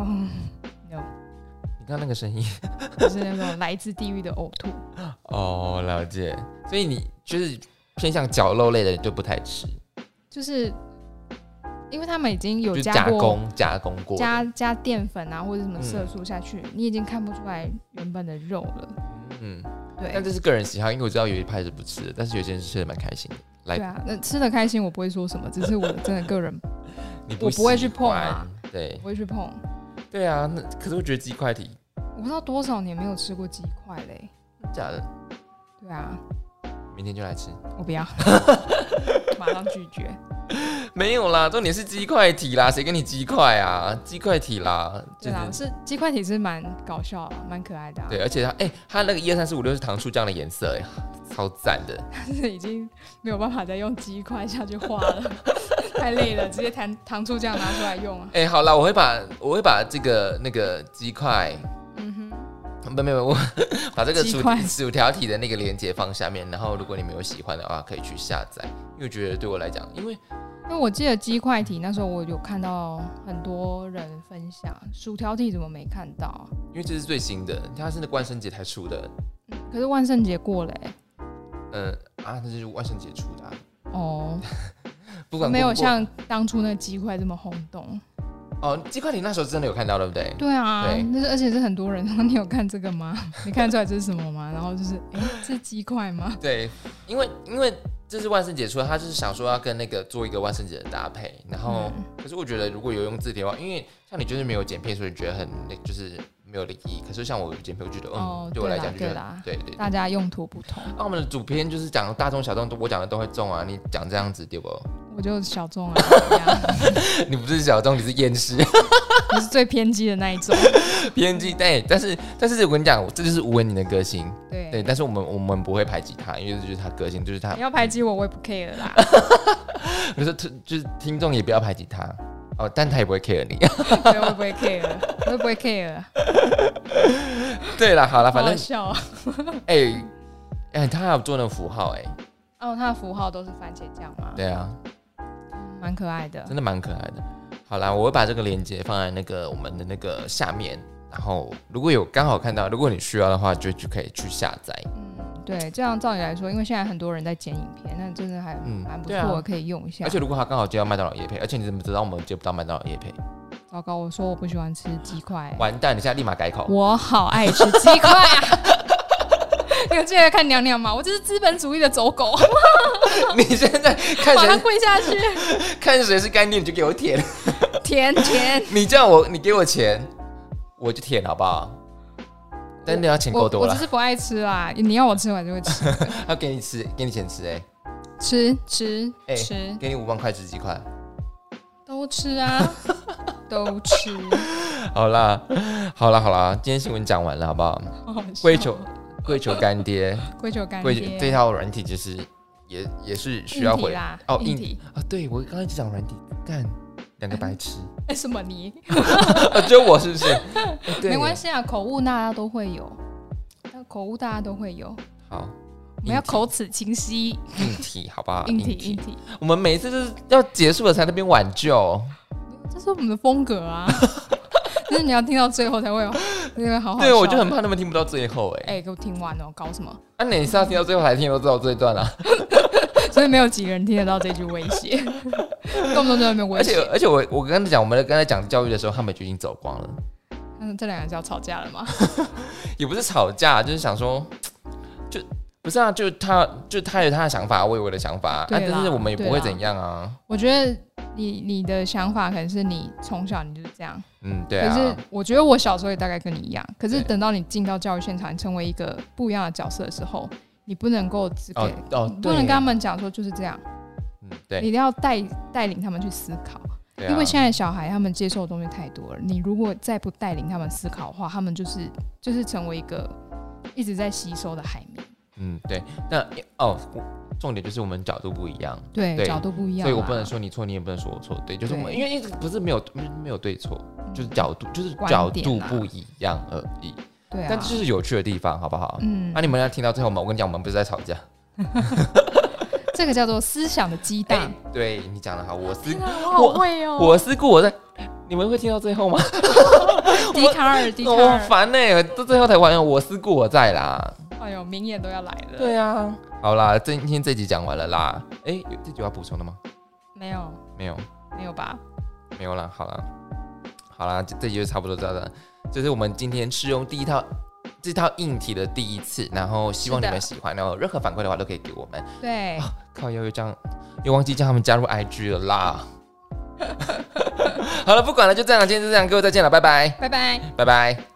A: 你刚刚那个声音。
B: 就是那种来自地狱的呕吐，
A: 哦，了解。所以你就是偏向绞肉类的就不太吃，
B: 就是因为他们已经有
A: 就是
B: 加
A: 加
B: 过
A: 工加工过的。
B: 加加淀粉啊或者什么
A: 嗯
B: 色素下去，你已经看不出来原本的肉了。
A: 嗯，但
B: 对，
A: 这是个人喜好，因为我知道有一派是不吃的，但是有些人是吃的蛮开心的。来
B: 对啊，那吃的开心我不会说什么，只是我真的个人
A: 你
B: 我
A: 不
B: 不会
A: 喜
B: 去碰
A: 欢
B: 啊。
A: 对
B: 不会去碰。
A: 对啊，那可是我觉得鸡块体
B: 我不知道多少年没有吃过鸡块嘞。
A: 假的，
B: 对啊，
A: 明天就来吃。
B: 我不要，马上拒绝。
A: 没有啦，重点是鸡块体啦，谁跟你鸡块啊？鸡块体啦，就
B: 对
A: 是
B: 啊，是鸡块体是蛮搞笑的，蛮可爱的、啊。
A: 对，，而且它哎、它那个一二三四五六是糖醋酱的颜色哎、超赞的。
B: 但是 已经没有办法再用鸡块下去画了， 太累了，直接糖糖醋酱拿出来用啊。
A: 哎、好啦，我会把我会把这个那个鸡块
B: 嗯哼，
A: 没没有，我 把这个
B: 鸡
A: 薯
B: 块
A: 薯条体的那个链接放下面，然后如果你们有喜欢的话，可以去下载，因为我觉得对我来讲，因为
B: 因为我记得鸡块体那时候我有看到很多人分享，薯条体怎么没看到啊？
A: 因为这是最新的，它是那个万圣节才出的，
B: 嗯可是万圣节过了欸、
A: 嗯啊，那就是万圣节出的啊、
B: 哦，
A: 不管
B: 没有
A: 过不过
B: 像当初那个鸡块这么轰动。
A: 哦鸡块体那时候真的有看到，对不对？
B: 对啊
A: 对，
B: 那是而且是很多人。然后你有看这个吗？ 你看出来这是什么吗？然后就是，哎、这是鸡块吗？
A: 对，因为因为这是万圣节出的，他就是想说要跟那个做一个万圣节的搭配，然后、
B: 嗯
A: 可是我觉得如果有用字体的话，因为像你就是没有剪片，所以你觉得很那就是没有灵异，可是像我有剪片，我觉得嗯，
B: 哦
A: 对我来
B: 对啦
A: 讲就觉
B: 对啦
A: 得对对对
B: 大家用途不同，
A: 那、我们的主编就是讲大众小众，我讲的都会中啊。你讲这样子对不？
B: 我就小众啊，怎么样
A: 你不是小众，你是厌世
B: 我是最偏激的那一种。
A: 偏 激。对，但是但是我跟你讲，这就是吴文宁的个性。
B: 对，
A: 对，但是我们我们不会排挤他，因为这就是他个性，就是他
B: 你。要排挤我，我也不 care 啦。
A: 我说就是听众也不要排挤他哦，但他也不会 care 你。
B: 对，我也不会 care，我也不会 care。
A: 对了，好了，啊反
B: 好
A: 正
B: 好笑啊！
A: 哎哎、他还有做那个符号哎、
B: 哦，它的符号都是番茄酱嘛，
A: 对啊，
B: 蛮可爱的
A: 真。的蛮可爱的。好啦，我会把这个链接放在那个我们的那个下面，然后如果有刚好看到，如果你需要的话，就就可以去下载。
B: 嗯，对，这样照理来说，因为现在很多人在剪影片，那真的还
A: 嗯
B: 蛮不
A: 对
B: 错，
A: 啊
B: 的，可以用一下
A: 而。且如果他刚好接到麦当劳夜配，而且你怎么知道我们接不到麦当劳夜配？
B: 糟糕，我说我不喜欢吃鸡块、
A: 完蛋，你现在立马改口。
B: 我好爱吃鸡块啊！ 你有记得看娘娘吗？我这是资本主义的走狗，
A: 你现在看
B: 把它
A: 谁
B: 跪 下去，
A: 看谁是干爹，你就给我舔。
B: 舔舔。
A: 你叫我，你给我钱，我就舔，好不好？但你要钱够
B: 我
A: 多
B: 我
A: 了
B: 只，是不爱吃啦，你要我吃完就会吃，
A: 要给你吃，给你钱吃、欸，
B: 吃吃
A: 哎
B: 吃，
A: 给你五万块吃几块？
B: 都吃啊， 都吃。
A: 好啦，好啦，好啦，今天新闻讲完了，好不好？
B: 哦好好笑
A: 跪求跪求干爹，
B: 跪求干
A: 跪
B: 爹，啊
A: 求这套软体就是也也是需要
B: 硬体
A: 回
B: 啦，
A: 哦
B: 硬
A: 硬
B: 体。
A: 啊！对我刚刚一直讲软体，干两个白 痴，
B: 哎，什么你？
A: 啊，只有我是不是？欸 对
B: 没关系啊，口误大家都会有，那口误大家都会有，
A: 好，
B: 我们要
A: 硬体
B: 口齿清晰，
A: 啊硬体，好不好？
B: 硬体硬体，
A: 我们每一次就是要结束了才在那边挽救，
B: 这是我们的风 格啊。就是你要听到最后才会有，才会好好笑。
A: 对我就很怕他们听不到最后哎、
B: 哎、给我听完哦，搞什么？
A: 那、你是要听到最后才听得到最后这一段啊？
B: 所以没有几个人听得到这句威 胁， 动不动就在那边威
A: 而且
B: 胁。
A: 而且我我跟他讲，我们刚才讲教育的时候，他们就已经走光了，
B: 嗯，这两个是要吵架了吗？
A: 也不是吵架，就是想说，就不是啊，就他就他有他的想法，我有我的想法，啊，
B: 对啦
A: 但是我们也不会
B: 对啦
A: 怎样啊，
B: 我觉得你你的想法可能是你从小你就是这样，
A: 嗯，对
B: 可是
A: 啊，
B: 我觉得我小时候也大概跟你一样。可是
A: 对
B: 等到你进到教育现场，你成为一个不一样的角色的时候，你不能够只给，
A: 哦哦，
B: 你不
A: 对
B: 能跟他们讲说就是这样，
A: 嗯
B: 你
A: 对，
B: 一定要带带领他们去思考。
A: 对啊
B: 因为现在小孩他们接受的东西太多了，你如果再不带领他们思考的话，他们就是就是成为一个一直在吸收的海绵，
A: 嗯对，那哦，我重点就是我们角度不一样。
B: 对，
A: 对
B: 角度不一样
A: 所
B: 啊，
A: 以我不能说你错，你也不能说我错，对，就是我们
B: 对
A: 因为一直不是没有没有对错，
B: 嗯，
A: 就是角度就是
B: 观
A: 角
B: 点
A: 度
B: 啦
A: 不一样而已，
B: 对啊，
A: 但这就是有趣的地方，好不好？啊
B: 嗯
A: 那、，你们要听到最后吗？我跟你讲，我们不是在吵架。
B: 这个叫做思想的激
A: 哎、
B: 荡。
A: 对你讲的好，我思
B: 天啊，我
A: 我
B: 好会哦！
A: 我思故我在，你们会听到最后吗？
B: 笛卡尔，笛卡
A: 我很
B: 尔，
A: 哦烦呢、到最后才完，我思故我在啦。
B: 哎呦，名言都要来了。，
A: 对啊，好啦，今天这集讲完了啦。哎、有这集有要补充的吗？
B: 没有，
A: 没有。
B: 没有吧？
A: 没有啦，好啦，好啦，这这集就差不多到这，这是我们今天试用第一套这套硬体的第一次，然后希望
B: 是
A: 你
B: 的
A: 们喜欢，然后任何反馈的话都可以给我们。
B: 对，
A: 靠，又又这样，又忘记叫他们加入 IG 了啦。 好了，不管了，就这样，今天就这样，各位再见了，拜拜，
B: 拜拜。
A: 拜拜。